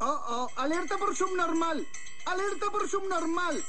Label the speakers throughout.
Speaker 1: Oh, Alerta por subnormal. Alerta por subnormal.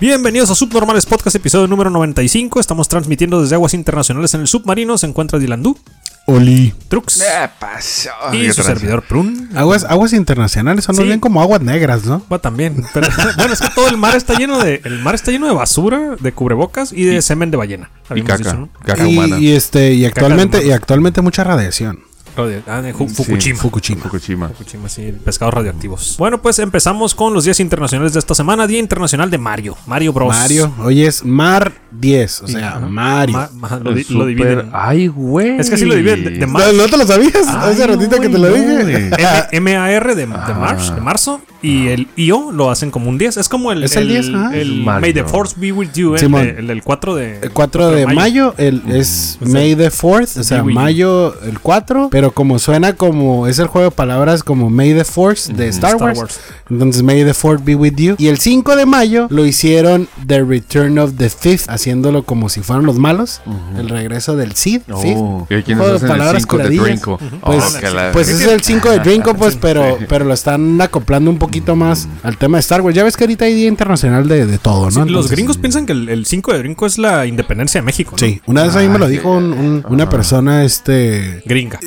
Speaker 2: Bienvenidos a Subnormales Podcast, episodio número 95. Estamos transmitiendo desde aguas internacionales en el submarino. Se encuentra Dilandú,
Speaker 3: Oli.
Speaker 2: Trux
Speaker 4: ¿Qué pasó?
Speaker 2: y
Speaker 4: Ah, ¿Qué
Speaker 2: su
Speaker 4: tranza?
Speaker 2: servidor Prun.
Speaker 3: Aguas, aguas internacionales son
Speaker 2: Sí.
Speaker 3: más bien como aguas negras, ¿no?
Speaker 2: Va también. Pero, bueno, es que todo el mar está lleno de el mar está lleno de basura, de cubrebocas y de semen de ballena.
Speaker 4: Y
Speaker 2: Habíamos
Speaker 4: caca.
Speaker 2: dicho, ¿no?
Speaker 4: Caca
Speaker 3: y,
Speaker 4: humana.
Speaker 3: y este, y actualmente,
Speaker 2: humana.
Speaker 3: y actualmente mucha radiación.
Speaker 2: Lo de- ah, de Fu-
Speaker 4: Sí,
Speaker 2: Fukushima.
Speaker 3: Fukushima.
Speaker 4: Fukushima.
Speaker 2: Fukushima, sí, pescados radioactivos. Bueno, pues empezamos con los días internacionales de esta semana. Día Internacional de Mario. Mario Bros.
Speaker 3: Mario, hoy es Mar 10, o sea, Mario.
Speaker 2: Ma- ma- lo,
Speaker 4: El
Speaker 2: di- lo
Speaker 4: super-
Speaker 2: dividen.
Speaker 4: Ay, güey.
Speaker 2: Es que sí lo dividen. De, de
Speaker 3: ¿No,
Speaker 2: Mar-
Speaker 3: no te lo sabías? Hace ratito que te lo dije. Eh,
Speaker 2: M- MAR de, de,
Speaker 4: Ah.
Speaker 2: March, de marzo y el IO lo hacen como un 10. Es como el,
Speaker 3: Es el 10, ah.
Speaker 2: el
Speaker 4: Mario.
Speaker 2: May the Force be with you, el,
Speaker 3: Simón.
Speaker 2: de- el del 4 de,
Speaker 3: El 4 Eh, de mayo el, es
Speaker 2: o sea,
Speaker 3: May the 4th, o sea,
Speaker 2: Wii U.
Speaker 3: mayo el 4, pero como suena como, es el juego de palabras como May the 4th de Star,
Speaker 2: Star
Speaker 3: Wars.
Speaker 2: Wars.
Speaker 3: Entonces, May the 4th be with you. Y el 5 de mayo lo hicieron The Return of the Fifth, haciéndolo como si fueran los malos, el regreso del Cid. Fifth.
Speaker 4: Oh. ¿Y
Speaker 3: Un
Speaker 4: quiénes
Speaker 3: juego de
Speaker 4: hacen el
Speaker 3: palabras
Speaker 4: 5 de
Speaker 3: curadillas.
Speaker 4: Drinko?
Speaker 3: Pues,
Speaker 4: Oh, que la-
Speaker 3: pues es el 5 de Drinko, pues, pero, pero lo están acoplando un poquito más al tema de Star Wars. Ya ves que ahorita hay Día Internacional de, de todo, ¿no?
Speaker 2: Sí, los
Speaker 4: pues,
Speaker 3: Entonces,
Speaker 2: gringos piensan que el, el 5 de brinco es la independencia de México. ¿no?
Speaker 3: Sí, una vez a mí me
Speaker 4: Ah,
Speaker 3: lo dijo un- un- una persona, este,
Speaker 2: Gringa.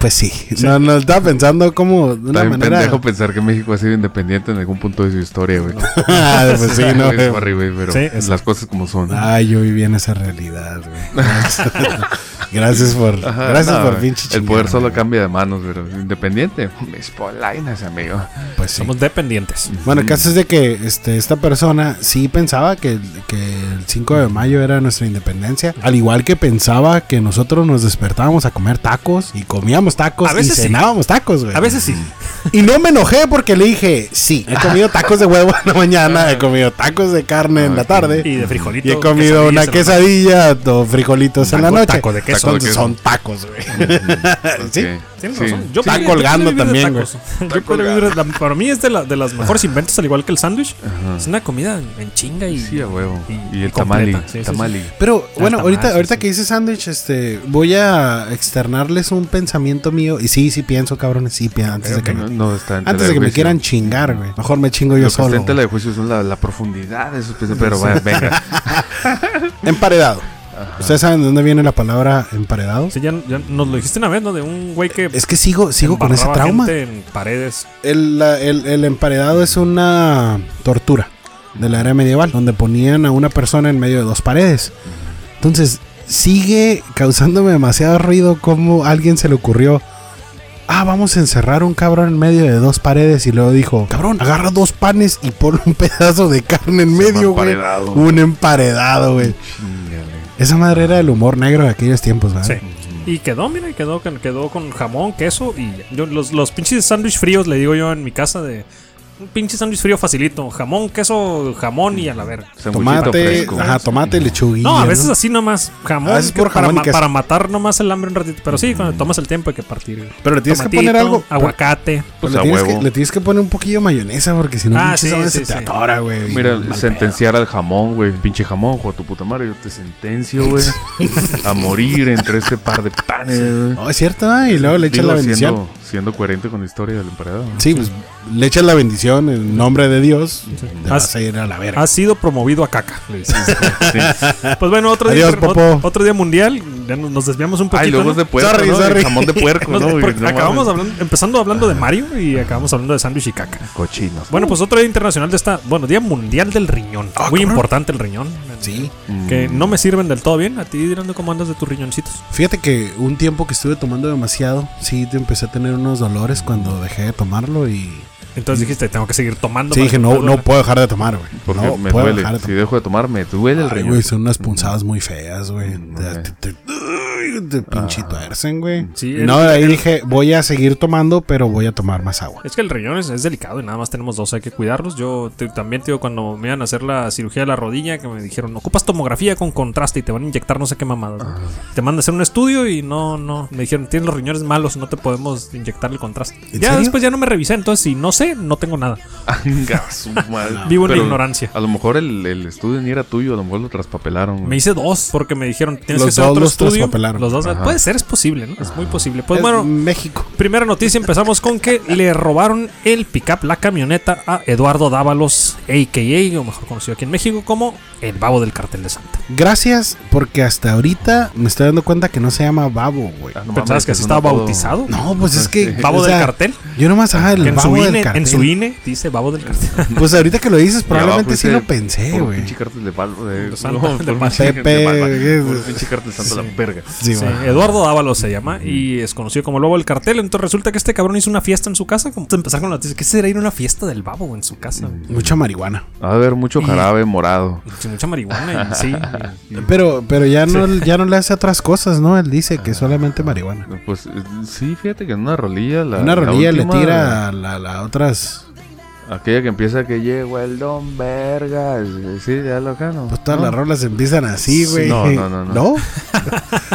Speaker 3: Pues sí, No, no estaba pensando como de una
Speaker 4: Está bien
Speaker 3: manera.
Speaker 4: pendejo pensar que México ha sido independiente en algún punto de su historia, güey.
Speaker 3: Ah, pues sí, no.
Speaker 4: Es horrible, pero
Speaker 2: eh. Sí, es- Ah,
Speaker 4: las cosas como son.
Speaker 3: Ay, yo viví en esa realidad, güey. Gracias por,
Speaker 4: Ajá,
Speaker 3: gracias
Speaker 4: no,
Speaker 3: por
Speaker 4: güey.
Speaker 3: pinche
Speaker 4: El poder
Speaker 3: chingarme,
Speaker 4: solo
Speaker 3: güey.
Speaker 4: cambia de manos, pero independiente. Mis polainas, amigo.
Speaker 3: Pues sí.
Speaker 2: Somos dependientes.
Speaker 3: Bueno, el caso es de que este, esta persona sí pensaba que, que el 5 de mayo era nuestra independencia. Al igual que pensaba que nosotros nos despertábamos a comer tacos y comíamos tacos
Speaker 2: A veces
Speaker 3: y
Speaker 2: sí.
Speaker 3: cenábamos tacos, güey.
Speaker 2: A veces sí.
Speaker 3: Y no me enojé porque le dije, sí, he comido tacos de huevo en la mañana, he comido tacos de carne en la tarde.
Speaker 2: Ah, Y de frijolito.
Speaker 3: Y he comido una
Speaker 2: quesadillas,
Speaker 3: quesadilla o frijolitos en la
Speaker 2: Taco-
Speaker 3: noche.
Speaker 2: taco de queso.
Speaker 3: Son,
Speaker 4: Taco de queso.
Speaker 3: son tacos, güey. Sí,
Speaker 4: Mm, Ok.
Speaker 2: Tienes
Speaker 4: Sí.
Speaker 2: razón. Yo
Speaker 3: Está
Speaker 2: podría- yo
Speaker 3: colgando
Speaker 2: podría vivir de
Speaker 3: también,
Speaker 2: tacos. Yo podría vivir de- la- Para mí es de, la- de las mejores inventos, al igual que el sándwich. Es una comida en chinga y.
Speaker 4: Sí, a huevo.
Speaker 2: y-
Speaker 4: Y
Speaker 2: y
Speaker 4: el tamali.
Speaker 2: completa. Sí, sí, sí.
Speaker 4: Tamali.
Speaker 3: Pero bueno,
Speaker 2: tamales,
Speaker 3: ahorita,
Speaker 2: sí,
Speaker 3: ahorita
Speaker 2: sí.
Speaker 3: que hice sándwich, este, voy a externarles un pensamiento mío. Y sí, sí pienso, cabrones, sí pienso. Antes de que,
Speaker 4: No,
Speaker 3: me,
Speaker 4: no está en
Speaker 3: antes
Speaker 4: tela
Speaker 3: de que me
Speaker 4: juicio.
Speaker 3: quieran chingar, güey. Mejor me chingo yo
Speaker 4: Lo que está
Speaker 3: solo.
Speaker 4: en tela
Speaker 3: güey.
Speaker 4: de juicio son la, la profundidad de sus pensamientos. Pero vaya, venga.
Speaker 3: Emparedado. ¿Ustedes saben de dónde viene la palabra emparedado?
Speaker 2: Sí, ya, ya nos lo dijiste una vez, ¿no? De un güey
Speaker 4: Eh,
Speaker 2: que.
Speaker 3: Es que sigo, sigo con ese
Speaker 2: embarraba
Speaker 3: trauma.
Speaker 2: gente en paredes.
Speaker 3: El, la- el- el emparedado es una tortura de la era medieval, donde ponían a una persona en medio de dos paredes. Entonces, sigue causándome demasiado ruido como a alguien se le ocurrió. Ah, vamos a encerrar un cabrón en medio de dos paredes. Y luego dijo: Cabrón, agarra dos panes y pon un pedazo de carne en
Speaker 4: Se llama
Speaker 3: medio, güey.
Speaker 4: emparedado.
Speaker 3: Un emparedado, güey.
Speaker 4: Chingale.
Speaker 3: Esa madre era el humor negro de aquellos tiempos, ¿verdad?
Speaker 2: Sí. Y quedó, mira, y quedó, con- quedó con jamón, queso y yo, los, los pinches sándwich fríos, le digo yo en mi casa, de un pinche sándwich frío facilito. Jamón, queso, jamón y a la verga.
Speaker 4: Sanguchito
Speaker 3: Tomate,
Speaker 4: fresco.
Speaker 3: ajá, tomate, lechuguilla.
Speaker 2: No, a veces así nomás. Jamón,
Speaker 3: A veces
Speaker 2: que
Speaker 3: por
Speaker 2: para,
Speaker 3: jamón y
Speaker 2: ma-
Speaker 3: queso. Mm.
Speaker 2: para matar nomás el hambre un ratito. Pero sí, cuando tomas el tiempo hay que partir.
Speaker 3: Pero le tienes
Speaker 2: Tomatito,
Speaker 3: que poner algo.
Speaker 2: Aguacate.
Speaker 4: Pues
Speaker 3: le,
Speaker 4: a
Speaker 3: tienes
Speaker 4: huevo.
Speaker 3: Que, le tienes que poner un poquillo de mayonesa porque si no,
Speaker 2: Ah,
Speaker 3: pinche
Speaker 2: sí,
Speaker 3: sabor
Speaker 2: sí,
Speaker 3: se te
Speaker 2: sí.
Speaker 3: atora, güey.
Speaker 4: Mira,
Speaker 3: Mal
Speaker 4: sentenciar al jamón, güey. Pinche jamón, hijo de tu puta madre. Yo te sentencio, güey. a morir entre este par de panes, güey.
Speaker 3: pedo. No, es cierto, ¿eh? y luego le echas
Speaker 4: Digo,
Speaker 3: la bendición.
Speaker 4: siendo, siendo coherente con la historia del emperador.
Speaker 3: Sí, pues le echas la bendición en nombre de Dios. Te
Speaker 2: Haz-
Speaker 3: vas a ir a la verga.
Speaker 2: Ha sido promovido a caca. le dicen.
Speaker 4: Sí.
Speaker 2: Pues bueno, otro,
Speaker 3: Adiós,
Speaker 2: día,
Speaker 3: Popo.
Speaker 2: ot- otro día mundial. Ya nos, nos desviamos un poquito.
Speaker 4: Ay, luego
Speaker 2: ¿no?
Speaker 4: es de puerco,
Speaker 3: Sorry,
Speaker 4: ¿no? El
Speaker 3: sorry.
Speaker 4: Jamón de puerco,
Speaker 2: Nos-
Speaker 4: ¿no? güey?
Speaker 2: porque
Speaker 4: No
Speaker 2: acabamos
Speaker 4: mames.
Speaker 2: hablando, empezando hablando de Mario y acabamos hablando de sándwich y caca.
Speaker 4: Cochinos.
Speaker 2: Bueno, pues otro día internacional de esta, bueno, día mundial del riñón.
Speaker 3: Ah,
Speaker 2: Muy
Speaker 3: cabrón. Mm.
Speaker 2: importante el riñón.
Speaker 3: Sí.
Speaker 2: Que no me sirven del todo bien. A ti dirán cómo andas de tus riñoncitos.
Speaker 3: Fíjate que un tiempo que estuve tomando demasiado, sí, te empecé a tener unos dolores cuando dejé de tomarlo y.
Speaker 2: Entonces dijiste, tengo que seguir tomando.
Speaker 3: Mm. Sí,
Speaker 2: para
Speaker 3: dije,
Speaker 2: que
Speaker 3: no,
Speaker 2: duela.
Speaker 3: no puedo dejar de tomar, güey.
Speaker 4: Porque
Speaker 3: no
Speaker 4: me
Speaker 3: puedo
Speaker 4: duele.
Speaker 3: dejar de
Speaker 4: Si
Speaker 3: tomar.
Speaker 4: dejo de tomar, me duele el
Speaker 3: Ay,
Speaker 4: riñón.
Speaker 3: güey, son unas punzadas muy feas, güey.
Speaker 4: Mm, ok. Ah.
Speaker 3: Te- te- ay, de pinche tuercen, güey.
Speaker 2: Sí,
Speaker 3: Y
Speaker 2: el-
Speaker 3: no, de ahí dije, voy a seguir tomando, pero voy a tomar más agua.
Speaker 2: Es que el riñón es, es delicado y nada más tenemos dos, hay que cuidarlos. Yo te- también, tío, cuando me iban a hacer la cirugía de la rodilla, que me dijeron, ocupas tomografía con contraste y te van a inyectar no sé qué mamadas.
Speaker 3: Ah.
Speaker 2: ¿no? Te mandan a hacer un estudio y no, no. Me dijeron, tienes los riñones malos, no te podemos inyectar el contraste.
Speaker 3: ¿En
Speaker 2: Ya
Speaker 3: serio?
Speaker 2: después ya no me revisé, entonces si no sé, no tengo nada.
Speaker 4: Anga, su madre.
Speaker 2: Vivo en la ignorancia.
Speaker 4: A lo mejor el, el estudio ni era tuyo, a lo mejor lo traspapelaron.
Speaker 2: Me
Speaker 4: güey.
Speaker 2: hice dos porque me dijeron, tienes
Speaker 3: Mm. Los
Speaker 2: que hacer
Speaker 3: dos
Speaker 2: otro
Speaker 3: los
Speaker 2: estudio.
Speaker 3: traspapelaron.
Speaker 2: Los dos,
Speaker 4: Ajá.
Speaker 2: puede ser, es posible, ¿no? Es muy posible. Pues
Speaker 3: Ah. Es
Speaker 2: bueno,
Speaker 3: México.
Speaker 2: Primera noticia, empezamos con que le robaron el pickup, la camioneta, a Eduardo Dávalos, a.k.a., o mejor conocido aquí en México como el babo del cartel de Santa.
Speaker 3: Gracias, porque hasta ahorita me estoy dando cuenta que no se llama Babo, güey.
Speaker 4: Ah, no mames,
Speaker 2: ¿Pensabas que así
Speaker 4: es un
Speaker 2: estaba
Speaker 4: apodo.
Speaker 2: bautizado?
Speaker 3: No, pues es que.
Speaker 2: ¿Babo
Speaker 3: o
Speaker 2: del
Speaker 3: sea,
Speaker 2: cartel?
Speaker 3: Yo nomás, ajá, el
Speaker 2: Que en,
Speaker 3: babo
Speaker 2: su
Speaker 3: del
Speaker 2: INE,
Speaker 3: cartel.
Speaker 2: en su INE dice babo del cartel.
Speaker 3: Pues ahorita que lo dices,
Speaker 4: Y abajo
Speaker 3: probablemente sí
Speaker 4: dice,
Speaker 3: lo pensé,
Speaker 4: puro
Speaker 3: güey.
Speaker 4: pues, eh, Pinche cartel de palo. De,
Speaker 2: De Santa, de
Speaker 4: puro
Speaker 2: Pal-
Speaker 4: pinche cartel
Speaker 3: Pepe,
Speaker 4: de Palma.
Speaker 3: es-
Speaker 4: Puro pinche cartel de Santa la verga.
Speaker 3: Sí,
Speaker 2: Sí,
Speaker 3: güey.
Speaker 2: Eduardo Dávalos se llama y es conocido como el babo del cartel. Entonces resulta que este cabrón hizo una fiesta en su casa. Como empezar con la noticia, ¿qué será ir a una fiesta del babo en su casa?
Speaker 3: Mucha marihuana.
Speaker 4: Va a haber mucho jarabe morado.
Speaker 2: Sin mucha marihuana y sí. y- y-
Speaker 3: Pero, pero ya no, ya no le hace otras cosas, ¿no? Él dice
Speaker 4: Ah.
Speaker 3: que solamente marihuana.
Speaker 4: Pues eh, sí, fíjate que en una rolilla. La,
Speaker 3: Una
Speaker 4: la
Speaker 3: rolilla le
Speaker 4: última,
Speaker 3: tira a la, la otras.
Speaker 4: Aquella que empieza que llegó el don verga. Sí, ya lo cano.
Speaker 3: Pues todas
Speaker 4: No,
Speaker 3: las rolas empiezan así,
Speaker 4: Sí,
Speaker 3: güey.
Speaker 4: no, no, no, no.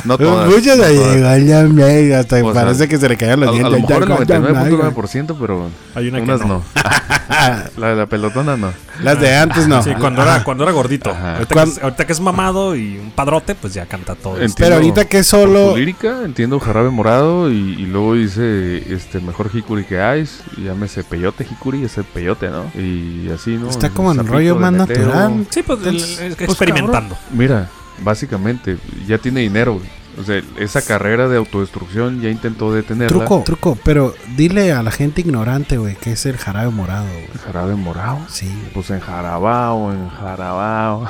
Speaker 4: No todas.
Speaker 3: Muchas
Speaker 4: no
Speaker 3: de
Speaker 4: todas.
Speaker 3: llegar ya me- hasta
Speaker 4: O sea,
Speaker 3: parece que se le caían
Speaker 4: A,
Speaker 3: los
Speaker 4: a
Speaker 3: dientes.
Speaker 4: lo
Speaker 3: ya,
Speaker 4: mejor el
Speaker 3: ya, ya, ya.
Speaker 4: 99.9%, pero
Speaker 2: Hay una que
Speaker 4: unas
Speaker 2: no.
Speaker 4: no. La de la pelotona no.
Speaker 3: Las
Speaker 4: Ah,
Speaker 3: de antes no.
Speaker 2: Sí, cuando era, cuando era gordito.
Speaker 4: Ajá.
Speaker 2: Ahorita, que
Speaker 3: Cuan-
Speaker 2: es, ahorita que es mamado y un padrote, pues ya canta todo.
Speaker 4: Entiendo.
Speaker 3: Pero ahorita que es
Speaker 4: Por
Speaker 3: solo.
Speaker 4: su Pues, lírica, entiendo jarabe morado y, y luego dice este mejor Hikuri que Ice, y llámese peyote Hikuri, ese peyote, ¿no? Y así, ¿no?
Speaker 3: Está
Speaker 4: El
Speaker 3: como en
Speaker 4: sapito
Speaker 3: rollo
Speaker 4: de
Speaker 3: más
Speaker 4: netero.
Speaker 3: natural.
Speaker 2: Sí, pues
Speaker 3: Entonces,
Speaker 2: el- el-
Speaker 4: Pues,
Speaker 2: experimentando.
Speaker 4: cabrón, mira, básicamente ya tiene dinero, güey. o sea, esa carrera de autodestrucción ya intentó detenerla.
Speaker 3: Truco, truco, pero dile a la gente ignorante, güey, que es el jarabe morado, güey.
Speaker 4: Jarabe morado.
Speaker 3: Sí.
Speaker 4: Pues en jarabao, en jarabao.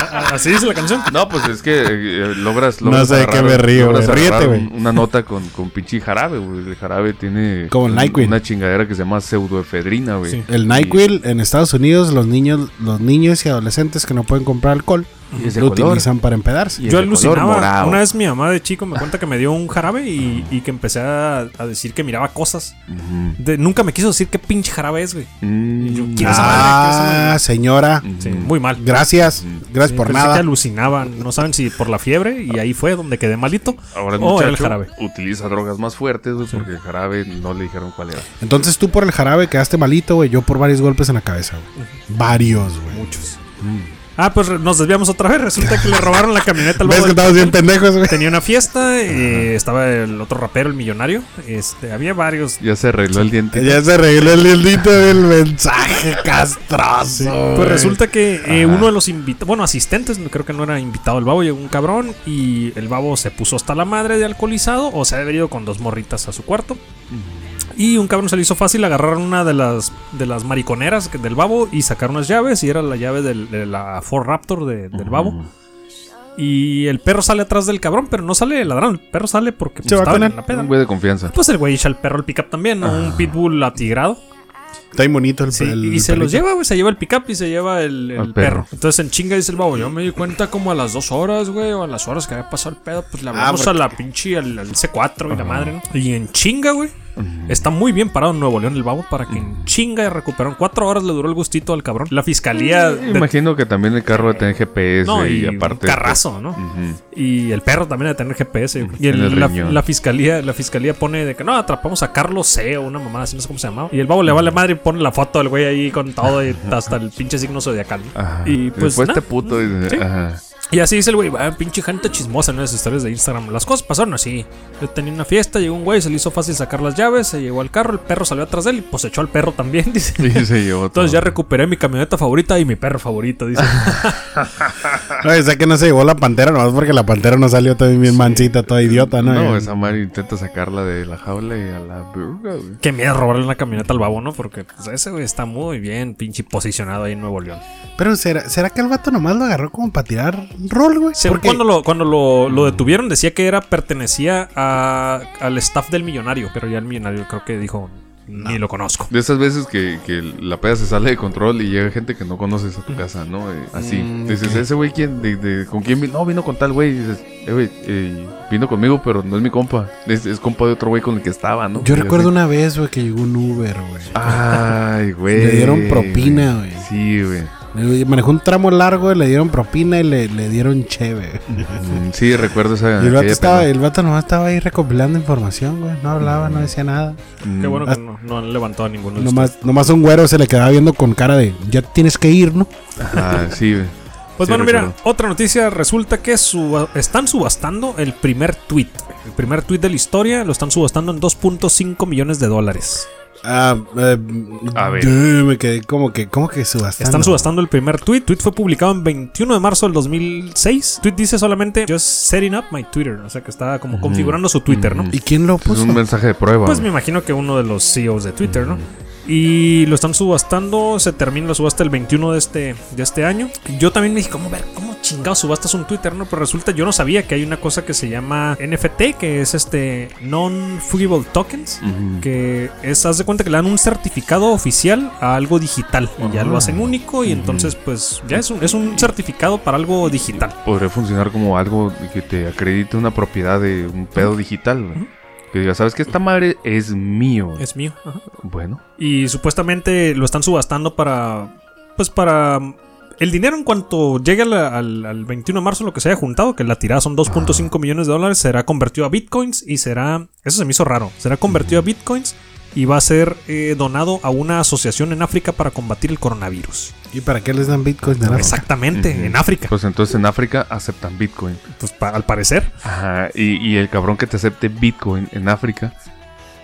Speaker 2: Ah, Así dice la canción.
Speaker 4: No, pues es que eh, logras,
Speaker 3: No
Speaker 4: logras
Speaker 3: sé de qué me río,
Speaker 4: logras
Speaker 3: güey.
Speaker 4: agarrar
Speaker 3: Ríete, güey.
Speaker 4: un- Una nota con, con pinche jarabe, güey. El jarabe tiene
Speaker 3: Como el
Speaker 4: un-
Speaker 3: Nyquil.
Speaker 4: una chingadera que se llama pseudoefedrina, güey.
Speaker 2: Sí.
Speaker 3: El Nyquil en Estados Unidos, los niños, los niños y adolescentes que no pueden comprar alcohol
Speaker 4: Y es de
Speaker 3: lo
Speaker 4: color.
Speaker 3: utilizan para empedarse.
Speaker 4: Y- es
Speaker 2: Yo
Speaker 4: de color
Speaker 2: alucinaba.
Speaker 4: morado.
Speaker 2: Una vez mi mamá de chico me cuenta que me dio un jarabe y, y que empecé a, a decir que miraba cosas.
Speaker 4: Ujú.
Speaker 2: De- nunca me quiso decir qué pinche jarabe es, güey.
Speaker 4: Mm.
Speaker 2: Y yo, ¿quién es esa madre?
Speaker 3: Ah, señora,
Speaker 2: Sí, muy mal.
Speaker 3: gracias, gracias por
Speaker 2: Pensé que
Speaker 3: nada.
Speaker 2: alucinaba. No saben si por la fiebre y ahí fue donde quedé malito.
Speaker 4: Ahora el
Speaker 2: o Oh, el
Speaker 4: muchacho
Speaker 2: jarabe.
Speaker 4: utiliza drogas más fuertes, güey, porque el jarabe no le dijeron cuál era.
Speaker 3: Entonces tú por el jarabe quedaste malito, güey. Yo por varios golpes en la cabeza, güey. Varios, güey.
Speaker 2: Muchos. Ah, pues re- nos desviamos otra vez. Resulta que le robaron la camioneta al
Speaker 3: ¿Ves
Speaker 2: babo
Speaker 3: que
Speaker 2: del
Speaker 3: estamos bien pendejos, güey?
Speaker 2: Tenía una fiesta, eh, estaba el otro rapero, el millonario. Este, había varios.
Speaker 4: Ya se arregló el diente.
Speaker 3: Ya se arregló el hildito del mensaje castroso.
Speaker 2: Pues
Speaker 3: güey.
Speaker 2: resulta que eh,
Speaker 4: Ajá.
Speaker 2: uno de los invitados, bueno, asistentes, no- creo que no era invitado el babo, llegó un cabrón y el babo se puso hasta la madre de alcoholizado o se había ido con dos morritas a su cuarto. Y un cabrón se le hizo fácil, agarraron una de las, de las mariconeras que- del babo y sacaron las llaves y era la llave del- de la Ford Raptor de-
Speaker 4: Mm.
Speaker 2: del babo. Y el perro sale atrás del cabrón, pero no sale ladrando, el perro sale porque pues,
Speaker 3: va
Speaker 2: estaba
Speaker 3: con
Speaker 2: en
Speaker 3: él.
Speaker 2: la peda.
Speaker 4: Un güey de confianza.
Speaker 2: Pues el güey echa el perro al pickup también, ¿no? un pitbull atigrado.
Speaker 3: Está bien bonito el,
Speaker 2: Sí,
Speaker 3: el-
Speaker 2: y
Speaker 3: el
Speaker 2: se los
Speaker 3: perrito.
Speaker 2: lleva, güey. Se lleva el pickup y se lleva el, el
Speaker 4: Al
Speaker 2: perro.
Speaker 4: perro.
Speaker 2: Entonces en chinga dice el babo. Yo me di cuenta como a las dos horas, güey, o a las horas que había pasado el pedo. Pues le hablamos
Speaker 3: porque-
Speaker 2: a la pinche, al, al C4 y la madre, ¿no? Y en chinga, güey. Está muy bien parado en Nuevo León el babo para que en chinga recuperaron. Cuatro horas le duró el gustito al cabrón. La fiscalía.
Speaker 4: Me
Speaker 2: de-
Speaker 4: Imagino que también el carro va a tener GPS
Speaker 2: no, y,
Speaker 4: y,
Speaker 2: un
Speaker 4: aparte.
Speaker 2: carrazo, ¿no?
Speaker 4: Ujú.
Speaker 2: Y el perro también de tener GPS. güey. Y
Speaker 4: En
Speaker 2: el-
Speaker 4: el
Speaker 2: la,
Speaker 4: riñón.
Speaker 2: la fiscalía la fiscalía pone de que no, atrapamos a Carlos C o una mamada así, no sé cómo se llamaba. Y el babo le vale madre y pone la foto del güey ahí con todo y hasta el pinche signo zodiacal. ¿no?
Speaker 4: Ajá.
Speaker 2: Y pues.
Speaker 4: Después
Speaker 2: nada.
Speaker 4: te puto. y-
Speaker 2: Sí.
Speaker 4: Ajá.
Speaker 2: Y así dice el güey, "Ah, pinche gente chismosa en las historias de Instagram. Las cosas pasaron así. Yo tenía una fiesta, llegó un güey, se le hizo fácil sacar las llaves, se llegó al carro, el perro salió atrás de él y pues echó al perro también, dice.
Speaker 4: Y se llevó
Speaker 2: Entonces ya
Speaker 4: todo.
Speaker 2: recuperé mi camioneta favorita y mi perro favorito, dice.
Speaker 3: No, o sea que no se llevó la pantera, nomás porque la pantera no salió también bien mansita, toda idiota, Ah, ¿no?
Speaker 4: No,
Speaker 3: Y-
Speaker 4: esa madre intenta sacarla de la jaula y a la verga, güey.
Speaker 2: Qué miedo robarle una camioneta al babo, ¿no? Porque pues, ese güey está muy bien, pinche posicionado ahí en Nuevo León.
Speaker 3: Pero ¿será, ¿será que el vato nomás lo agarró como para tirar rol, güey?
Speaker 2: Según
Speaker 3: Porque-
Speaker 2: cuando, lo, cuando lo, lo detuvieron, decía que era pertenecía a- al staff del millonario, pero ya el millonario creo que dijo ni lo conozco.
Speaker 4: De esas veces que, que la peda se sale de control y llega gente que no conoces a tu casa, ¿no? Eh, así.
Speaker 3: Mm,
Speaker 4: dices,
Speaker 3: ok.
Speaker 4: ¿ese güey quién? De, de- ¿Con quién vino? No, vino con tal güey. Y Dices, eh, güey, eh, vino conmigo, pero no es mi compa. Es, es compa de otro güey con el que estaba, ¿no?
Speaker 3: Yo
Speaker 4: Y
Speaker 3: recuerdo
Speaker 4: así.
Speaker 3: una vez, güey, que llegó un Uber, güey.
Speaker 4: Ay, güey.
Speaker 3: Le dieron propina, güey.
Speaker 4: Sí, güey.
Speaker 3: Le- Manejó un tramo largo y le dieron propina y le, le dieron cheve.
Speaker 4: Mm, Sí, recuerdo esa.
Speaker 3: Y el vato,
Speaker 4: aquella
Speaker 3: estaba,
Speaker 4: peda.
Speaker 3: el vato nomás estaba ahí recopilando información, güey. No hablaba, no decía nada.
Speaker 4: Mm,
Speaker 2: Qué bueno
Speaker 3: Ah.
Speaker 2: que no, no han levantado a ninguno de ustedes.
Speaker 3: Nomás, nomás un güero se le quedaba viendo con cara de, ya tienes que ir, ¿no?
Speaker 4: Ajá, Ah, sí, güey.
Speaker 2: Pues
Speaker 4: Sí,
Speaker 2: bueno, mira,
Speaker 4: recuerdo.
Speaker 2: otra noticia. Resulta que suba- están subastando el primer tweet. El primer tweet de la historia lo están subastando en 2.5 millones de dólares.
Speaker 3: Ah, eh,
Speaker 4: A ver.
Speaker 3: yo me quedé como que, como que subastando.
Speaker 2: Están subastando el primer tweet. Tweet fue publicado en 21 de marzo del 2006. Tweet dice solamente just setting up my Twitter, o sea que estaba como configurando su Twitter, ¿no?
Speaker 4: Ujú.
Speaker 3: ¿Y quién lo
Speaker 4: Es
Speaker 3: puso?
Speaker 4: un mensaje de prueba.
Speaker 2: Pues me
Speaker 4: güey.
Speaker 2: imagino que uno de los CEOs de Twitter, ¿no? Y lo están subastando, se termina la subasta el 21 de este, de este año. Yo también me dije, ¿cómo ver? ¿Cómo chingados subastas un Twitter? No, pero resulta, yo no sabía que hay una cosa que se llama NFT, que es este Non-Fungible Tokens,
Speaker 4: Ujú.
Speaker 2: que es, haz de cuenta que le dan un certificado oficial a algo digital y ya lo hacen único y entonces pues ya es un, es un certificado para algo digital.
Speaker 4: Podría funcionar como algo que te acredite una propiedad de un pedo digital, güey. Que diga, ¿sabes qué? Esta madre es mío.
Speaker 2: Es mío. ajá.
Speaker 4: Bueno.
Speaker 2: Y supuestamente lo están subastando para. Pues para. El dinero en cuanto llegue a la- al, al 21 de marzo, lo que se haya juntado, que la tirada son 2.5 millones de dólares, será convertido a bitcoins y será. Eso se me hizo raro. Será convertido a bitcoins y va a ser eh, donado a una asociación en África para combatir el coronavirus.
Speaker 3: ¿Y para qué les dan bitcoins de nada?
Speaker 2: Exactamente,
Speaker 4: Ujú.
Speaker 2: en África.
Speaker 4: Pues entonces en África aceptan Bitcoin.
Speaker 2: Pues, pa- al parecer.
Speaker 4: Ajá. Y, y el cabrón que te acepte Bitcoin en África,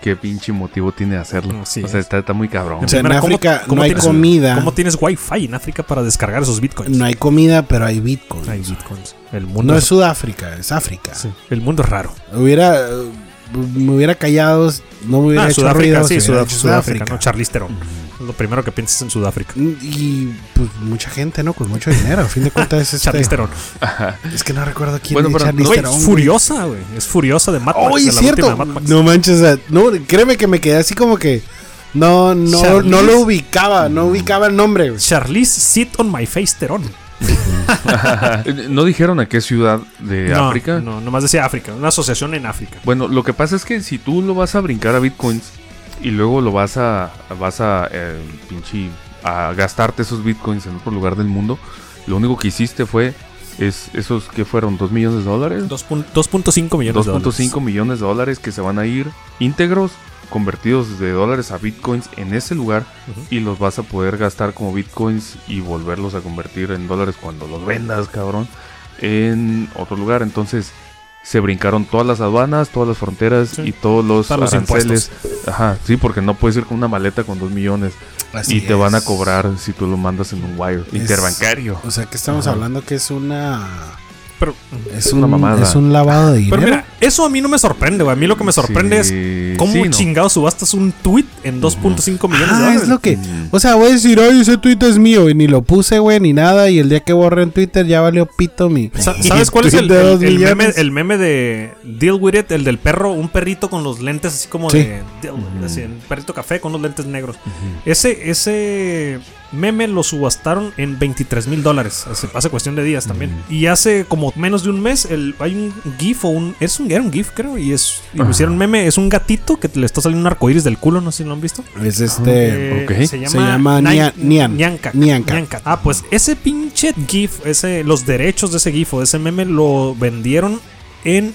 Speaker 4: ¿qué pinche motivo tiene de hacerlo?
Speaker 2: Así
Speaker 4: o sea,
Speaker 2: es.
Speaker 4: está, está muy cabrón.
Speaker 3: O sea, en
Speaker 2: Primero, ¿cómo-
Speaker 3: África
Speaker 2: cómo
Speaker 3: no hay
Speaker 2: tienes-
Speaker 3: comida.
Speaker 2: ¿Cómo tienes wifi en África para descargar esos bitcoins?
Speaker 3: No hay comida, pero hay bitcoins.
Speaker 2: Hay bitcoins. El mundo,
Speaker 3: No es
Speaker 2: es,
Speaker 3: Sudáfrica, es África.
Speaker 2: sí, el mundo es raro.
Speaker 3: Hubiera, eh, me hubiera callado, no me hubiera
Speaker 2: Ah,
Speaker 3: hecho
Speaker 2: Sudáfrica,
Speaker 3: ruido.
Speaker 2: sí,
Speaker 3: se hubiera
Speaker 2: Sudá-
Speaker 3: hecho
Speaker 2: Sudáfrica, ¿no? Charlize Theron. Lo primero que piensas en Sudáfrica.
Speaker 3: Y pues mucha gente, ¿no? Con mucho dinero. A fin de cuentas es este-
Speaker 2: Charlize Theron.
Speaker 3: Es que no recuerdo quién
Speaker 4: Bueno,
Speaker 3: es
Speaker 4: pero
Speaker 3: Charlize
Speaker 2: Güey,
Speaker 3: Theron,
Speaker 2: es
Speaker 3: güey.
Speaker 2: furiosa, güey. Es furiosa de Mad Max.
Speaker 3: Oye,
Speaker 2: de
Speaker 3: es
Speaker 2: la última de
Speaker 3: cierto.
Speaker 2: Mad Max.
Speaker 3: No manches, o sea, no, créeme que me quedé así como que no, no,
Speaker 2: Charlize-
Speaker 3: no lo ubicaba, no ubicaba el nombre. güey.
Speaker 2: Charlize Sit on My Face Theron.
Speaker 4: Eh, ¿No dijeron a qué ciudad de
Speaker 2: no,
Speaker 4: África?
Speaker 2: No, nomás decía África. Una asociación en África.
Speaker 4: Bueno, lo que pasa es que si tú lo vas a brincar a bitcoins y luego lo vas a vas a eh, pinche a gastarte esos bitcoins en otro lugar del mundo, lo único que hiciste fue es esos que fueron 2 millones de dólares,
Speaker 2: 2.5 millones de dólares.
Speaker 4: 2.5 millones de dólares que se van a ir íntegros convertidos de dólares a bitcoins en ese lugar
Speaker 2: Ujú.
Speaker 4: y los vas a poder gastar como bitcoins y volverlos a convertir en dólares cuando los vendas, cabrón, en otro lugar. Entonces se brincaron todas las aduanas, todas las fronteras
Speaker 2: Sí.
Speaker 4: y todos los
Speaker 2: Todos los
Speaker 4: aranceles. Ajá, sí, porque no puedes ir con una maleta con 2 millones
Speaker 3: Así
Speaker 4: y te van a
Speaker 3: es.
Speaker 4: cobrar si tú lo mandas en un wire
Speaker 3: Es-
Speaker 4: interbancario.
Speaker 3: O sea, que estamos
Speaker 4: Ajá.
Speaker 3: hablando que es una
Speaker 2: Pero,
Speaker 3: es
Speaker 4: Una
Speaker 3: un,
Speaker 4: mamada.
Speaker 3: es un lavado de dinero.
Speaker 2: pero mira, eso a mí no me sorprende, güey. A mí lo que me sorprende es
Speaker 4: Sí,
Speaker 2: cómo
Speaker 4: sí, no.
Speaker 2: chingados subastas un tweet en 2.5 millones de
Speaker 3: Ah,
Speaker 2: dólares.
Speaker 3: es lo que.
Speaker 4: Mm.
Speaker 3: O sea, voy a decir, oye, ese tweet es mío. Y ni lo puse, güey, ni nada. Y el día que borré en Twitter ya valió pito mi.
Speaker 2: Sa- ¿Sabes cuál es el,
Speaker 3: tweet de
Speaker 2: el-
Speaker 3: dos
Speaker 2: el meme,
Speaker 3: millones.
Speaker 2: el meme de Deal With It? El del perro, un perrito con los lentes así como
Speaker 3: Sí.
Speaker 2: de. Deal with it, así, un perrito café con los lentes negros. Ese ese meme lo subastaron en 23 mil dólares. Hace, hace cuestión de días también. Y hace como menos de un mes el, hay un GIF o un. Es un, era un GIF, creo. Y, es, y lo hicieron meme. Es un gatito que le está saliendo un arcoíris del culo. No sé si lo han visto.
Speaker 3: Es este.
Speaker 2: Eh,
Speaker 4: ok.
Speaker 2: Se llama,
Speaker 3: Se llama
Speaker 2: Nai-
Speaker 3: Nia- Nian.
Speaker 2: Nianca.
Speaker 3: Nianca.
Speaker 2: Nianca. Ah, pues ese pinche GIF, ese, los derechos de ese GIF o de ese meme lo vendieron en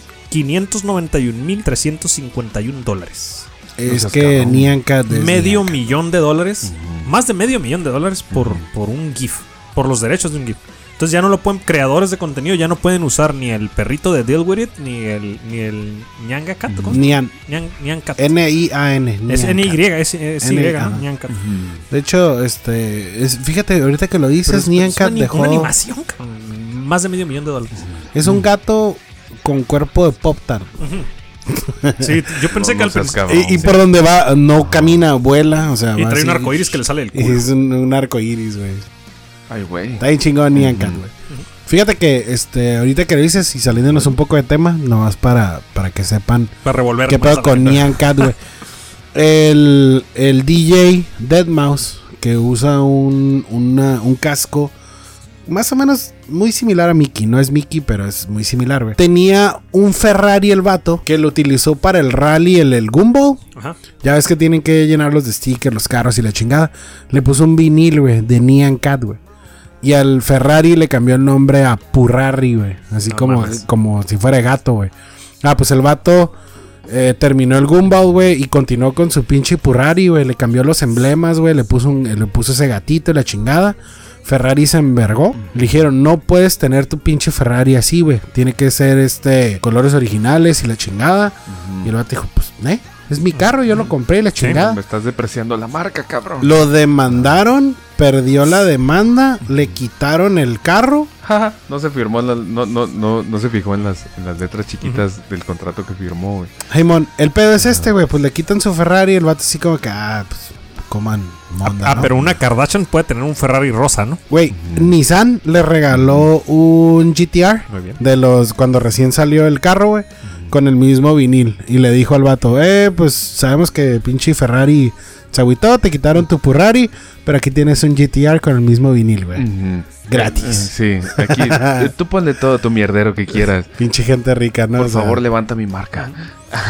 Speaker 2: 591.351 dólares.
Speaker 3: Es
Speaker 4: seas
Speaker 3: que
Speaker 4: cabrón.
Speaker 3: Nianca. desde-
Speaker 2: Medio millón de dólares. Más de medio millón de dólares por, por un GIF. Por los derechos de un GIF. Entonces ya no lo pueden, creadores de contenido ya no pueden usar ni el perrito de Deal With It, ni el, ni el Nyanga Cat. ¿cómo se llama?
Speaker 3: Nian.
Speaker 2: Nyan- Nyancat.
Speaker 3: N-I-A-N.
Speaker 2: Es
Speaker 3: Nianca.
Speaker 2: NY, es, es Y,
Speaker 3: N-Y,
Speaker 2: ¿no?
Speaker 3: ajá.
Speaker 2: Nyancat.
Speaker 3: De hecho, este. es- fíjate, ahorita que lo
Speaker 2: Pero
Speaker 3: dices,
Speaker 2: es- pero
Speaker 3: Nianca
Speaker 2: es una,
Speaker 3: dejó.
Speaker 2: una animación, cabrón. Más de medio millón de dólares.
Speaker 3: Es un gato con cuerpo de Pop-Tart.
Speaker 2: Sí, yo pensé que
Speaker 4: No, no
Speaker 2: al principio.
Speaker 4: seas cabrón.
Speaker 3: Y, y por donde va, no camina, vuela. O sea,
Speaker 2: Y
Speaker 3: va
Speaker 2: trae un
Speaker 3: así.
Speaker 2: arcoíris que le sale del
Speaker 3: Y
Speaker 2: culo.
Speaker 3: Es un, un arco iris, güey.
Speaker 4: Ay, güey.
Speaker 3: Está bien chingón Nyan Cat, güey. Fíjate que este, ahorita que lo dices y saliéndonos un poco de tema, nomás para, para que sepan
Speaker 2: Para revolver.
Speaker 3: qué
Speaker 2: más
Speaker 3: pedo
Speaker 2: a la
Speaker 3: con
Speaker 2: gente.
Speaker 3: Nyan Cat, güey. el, el DJ Deadmau5, que usa un, una- un casco más o menos muy similar a Mickey. No es Mickey, pero es muy similar, güey. Tenía un Ferrari el vato que lo utilizó para el rally, el, el Gumball.
Speaker 2: Ajá.
Speaker 3: Ya ves que tienen que llenarlos de stickers, los carros y la chingada. Le puso un vinil, güey, de Neon Cat, güey. Y al Ferrari le cambió el nombre a Purrari, güey. Así
Speaker 2: No
Speaker 3: como,
Speaker 2: mames.
Speaker 3: como si fuera gato, güey. Ah, pues el vato eh, terminó el Gumball, güey, y continuó con su pinche Purrari, güey. Le cambió los emblemas, güey. Le puso, un- le puso ese gatito y la chingada. Ferrari se envergó. Le dijeron, no puedes tener tu pinche Ferrari así, güey. Tiene que ser este colores originales y la chingada. Y el vato dijo, pues, ¿eh? Es mi carro, yo lo compré y la chingada.
Speaker 4: Me estás depreciando la marca, cabrón.
Speaker 3: Lo demandaron, perdió la demanda, le quitaron el carro.
Speaker 4: Jaja, no se firmó, en las- no, no, no, no se fijó en las, en las letras chiquitas del contrato que firmó, güey.
Speaker 3: Jaimón, el pedo es este, güey. Pues le quitan su Ferrari, el vato así como que, ah, pues, coman monda,
Speaker 2: Ah,
Speaker 3: ¿no?
Speaker 2: pero una Kardashian puede tener un Ferrari rosa, ¿no?
Speaker 3: Güey, Nissan le regaló un GTR
Speaker 2: Muy bien.
Speaker 3: de los cuando recién salió el carro, güey, con el mismo vinil. Y le dijo al vato, eh, pues sabemos que pinche Ferrari se agüitó, te quitaron tu Ferrari, pero aquí tienes un GTR con el mismo vinil, güey.
Speaker 4: Eh,
Speaker 3: Gratis.
Speaker 4: Sí, aquí. eh, tú ponle todo tu mierdero que quieras.
Speaker 3: Pinche gente rica, ¿no?
Speaker 4: Por
Speaker 3: O sea,
Speaker 4: favor, levanta mi marca.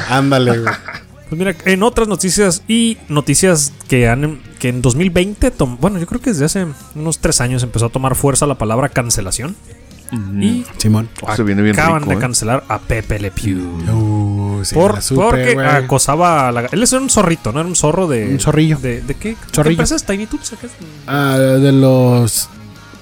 Speaker 3: Ándale, güey.
Speaker 2: Pues mira, en otras noticias y noticias que han que en 2020, tom- bueno, yo creo que desde hace unos tres años empezó a tomar fuerza la palabra cancelación y
Speaker 3: Simón.
Speaker 4: Oh, se viene bien
Speaker 2: acaban
Speaker 4: rico,
Speaker 2: de
Speaker 4: ¿eh?
Speaker 2: cancelar a Pepe Le Pew.
Speaker 3: Uh, sí,
Speaker 2: Por- Ah,
Speaker 3: la supe,
Speaker 2: porque
Speaker 3: güey.
Speaker 2: acosaba a la. Él es un zorrito, ¿no? Era un zorro de.
Speaker 3: Un zorrillo.
Speaker 2: ¿De, de qué? ¿Qué
Speaker 3: Zorrillo.
Speaker 2: empresa es Tiny Toons? ¿o qué es?
Speaker 3: Ah, de los...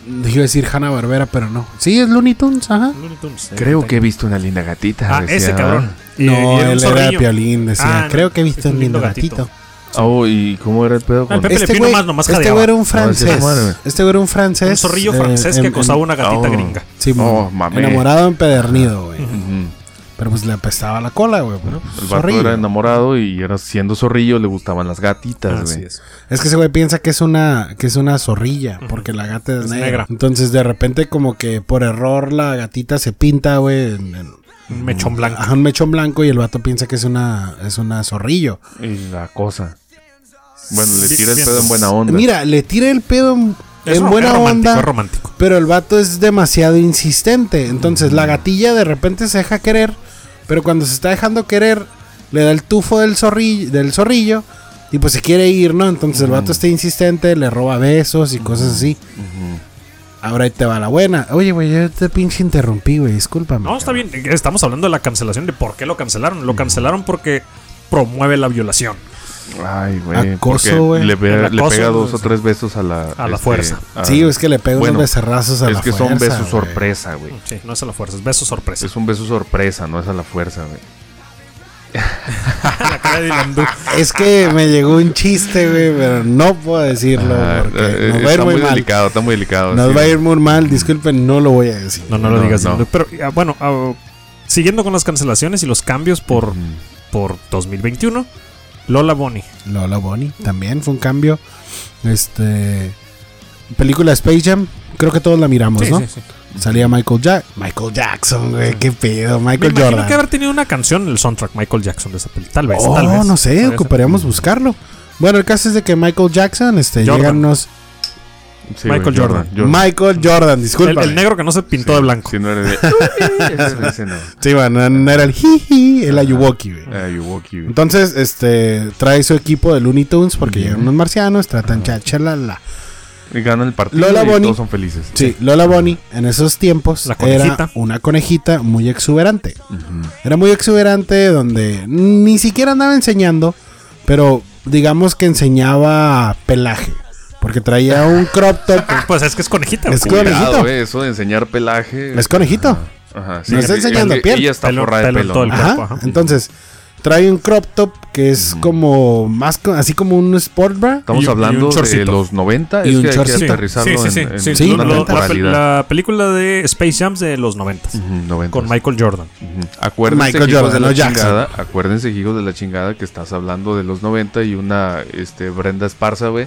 Speaker 3: Iba a decir Hanna Barbera, pero no. Sí, es Looney Tunes, ajá.
Speaker 2: Looney Tunes, eh,
Speaker 4: Creo
Speaker 2: Tiny-
Speaker 4: que he visto una linda gatita.
Speaker 2: Ah,
Speaker 4: decía.
Speaker 2: ese cabrón. Y- y
Speaker 3: No,
Speaker 2: un
Speaker 3: él era
Speaker 2: zorrillo.
Speaker 3: Piolín, decía.
Speaker 2: Ah, no,
Speaker 3: Creo que he
Speaker 2: es
Speaker 3: visto un lindo gatito.
Speaker 4: Oh, ¿y cómo era el pedo
Speaker 2: Ah, el
Speaker 4: con
Speaker 2: Pepe Le Pew nomás- nomás
Speaker 3: este
Speaker 2: jadeaba.
Speaker 3: güey era un
Speaker 4: No,
Speaker 3: francés.
Speaker 4: decía, madre.
Speaker 3: este güey era un francés.
Speaker 2: Un zorrillo
Speaker 3: eh,
Speaker 2: francés que
Speaker 3: en-
Speaker 2: acosaba
Speaker 3: en-
Speaker 2: una gatita
Speaker 4: Oh.
Speaker 2: gringa.
Speaker 3: Sí,
Speaker 4: Oh, mamé.
Speaker 3: enamorado empedernido, güey.
Speaker 4: Ujú.
Speaker 3: Pero pues le apestaba la cola, güey. pero, pues,
Speaker 4: El vato
Speaker 3: zorrillo.
Speaker 4: era enamorado y era siendo zorrillo le gustaban las gatitas, güey.
Speaker 3: Es que ese güey piensa que es una que es una zorrilla, porque la gata es,
Speaker 2: Es
Speaker 3: negra.
Speaker 2: negra.
Speaker 3: Entonces de repente como que por error la gatita se pinta, güey, en, en-
Speaker 2: Un mechón blanco.
Speaker 3: ajá, un mechón blanco y el vato piensa que es una es una zorrillo.
Speaker 4: Y la cosa. Bueno, le
Speaker 2: Sí,
Speaker 4: tira el
Speaker 2: bien.
Speaker 4: pedo en buena onda.
Speaker 3: Mira, le tira el pedo en,
Speaker 2: Es
Speaker 3: en
Speaker 2: ro-
Speaker 3: buena
Speaker 2: es romántico,
Speaker 3: onda.
Speaker 2: Es romántico.
Speaker 3: Pero el vato es demasiado insistente. Entonces la gatilla de repente se deja querer. Pero cuando se está dejando querer, le da el tufo del zorrillo, del zorrillo. Y pues se quiere ir, ¿no? Entonces el vato está insistente, le roba besos y cosas así. Ahora ahí te va la buena. Oye, güey, yo te pinche interrumpí, güey. Discúlpame.
Speaker 2: No, está bien. Estamos hablando de la cancelación, de por qué lo cancelaron. Lo cancelaron porque promueve la violación.
Speaker 4: Ay, güey.
Speaker 3: Acoso,
Speaker 4: porque
Speaker 3: güey.
Speaker 4: Le, pe-
Speaker 2: El
Speaker 4: le
Speaker 2: acoso,
Speaker 4: pega
Speaker 2: güey.
Speaker 4: dos o tres besos a la. este,
Speaker 2: A la fuerza.
Speaker 4: a-
Speaker 3: Sí, es que le pega
Speaker 4: Bueno,
Speaker 3: unos becerrazos a
Speaker 4: es
Speaker 3: la
Speaker 4: que son
Speaker 3: fuerza,
Speaker 4: besos
Speaker 3: güey.
Speaker 4: sorpresa, güey.
Speaker 2: Sí, no es a la fuerza, es beso sorpresa.
Speaker 4: Es un beso sorpresa, no es a la fuerza, güey.
Speaker 2: La cara de Dylan Du.
Speaker 3: Es que me llegó un chiste, güey, pero no puedo decirlo.
Speaker 4: Ah,
Speaker 3: porque
Speaker 4: eh,
Speaker 3: nos va a ir
Speaker 4: está
Speaker 3: muy
Speaker 4: muy
Speaker 3: mal.
Speaker 4: delicado, está muy
Speaker 2: Oh,
Speaker 4: delicado.
Speaker 3: Nos
Speaker 4: sí.
Speaker 3: va a ir muy mal. Disculpen, no lo voy a decir.
Speaker 2: No, no lo
Speaker 4: No,
Speaker 2: digas.
Speaker 4: no.
Speaker 2: Dylan Du. Pero ah, bueno, ah, siguiendo con las cancelaciones y los cambios por,
Speaker 4: Mm.
Speaker 2: por 2021, Lola Bonnie.
Speaker 3: Lola Bonnie también fue un cambio. Este. Película Space Jam. Creo que todos la miramos,
Speaker 2: Sí,
Speaker 3: ¿no?
Speaker 2: sí, sí.
Speaker 3: Salía Michael Jack. Michael Jackson, güey. Qué pedo.
Speaker 2: Me
Speaker 3: Michael
Speaker 2: imagino
Speaker 3: Jordan.
Speaker 2: que haber tenido una canción en el soundtrack Michael Jackson de esa película. Tal vez,
Speaker 3: oh,
Speaker 2: tal vez.
Speaker 3: no sé.
Speaker 2: Podría ser.
Speaker 3: Ocuparíamos buscarlo. Bueno, el caso es de que Michael Jackson, este,
Speaker 2: Jordan.
Speaker 3: llegan unos.
Speaker 4: Sí,
Speaker 2: Michael
Speaker 4: güey,
Speaker 2: Jordan.
Speaker 3: Michael Jordan,
Speaker 2: El,
Speaker 3: disculpa.
Speaker 2: el negro que no se pintó
Speaker 4: Sí,
Speaker 2: de blanco.
Speaker 4: sí, no era de- Ese- ese no.
Speaker 3: Sí, bueno, no era el jiji, el Ayuwoki, güey.
Speaker 4: Ah, you walkie, güey.
Speaker 3: Entonces, este, trae su equipo de Looney Tunes porque llegan unos marcianos, tratan chachalala.
Speaker 4: Y ganan el partido
Speaker 3: Lola
Speaker 4: y
Speaker 3: Bunny.
Speaker 4: todos son felices.
Speaker 3: Sí, Lola Bonnie en esos tiempos
Speaker 2: La conejita.
Speaker 3: era una conejita muy exuberante. Era muy exuberante donde ni siquiera andaba enseñando, pero digamos que enseñaba pelaje. Porque traía un crop top.
Speaker 2: Pues es que es conejita.
Speaker 3: Es
Speaker 2: güey.
Speaker 3: que-
Speaker 4: Cuidado,
Speaker 3: conejito.
Speaker 4: eh, eso de enseñar pelaje.
Speaker 3: Es conejito.
Speaker 4: Ajá,
Speaker 3: No está
Speaker 4: es que-
Speaker 3: enseñando
Speaker 4: es que
Speaker 3: piel.
Speaker 4: Ella está
Speaker 2: Pelo-
Speaker 4: forrada de
Speaker 2: pelo en
Speaker 4: pelo.
Speaker 2: todo el
Speaker 4: ¿no?
Speaker 3: Ajá.
Speaker 2: cuerpo, ajá.
Speaker 3: Entonces, trae un crop top que es como más co- así como un sport bra.
Speaker 4: Estamos
Speaker 2: Y un- y
Speaker 4: hablando
Speaker 2: un
Speaker 4: de
Speaker 2: chorcito.
Speaker 4: los 90.
Speaker 3: Y
Speaker 4: es
Speaker 3: un
Speaker 4: que hay que
Speaker 3: chorcito.
Speaker 4: aterrizarlo
Speaker 2: Sí, sí, sí.
Speaker 4: en, en
Speaker 2: sí.
Speaker 3: sí,
Speaker 2: Lo-
Speaker 4: una
Speaker 2: lo- la, pel-
Speaker 4: temporalidad.
Speaker 2: la película de Space Jams de los 90
Speaker 4: Ujú, 90.
Speaker 2: con Michael Jordan.
Speaker 4: Ujú. Acuérdense,
Speaker 3: Michael
Speaker 4: hijos de
Speaker 3: Jordan,
Speaker 4: la
Speaker 3: no Jackson.
Speaker 4: chingada, acuérdense, hijos de la chingada, que estás hablando de los 90 y una este, Brenda Esparza, güey,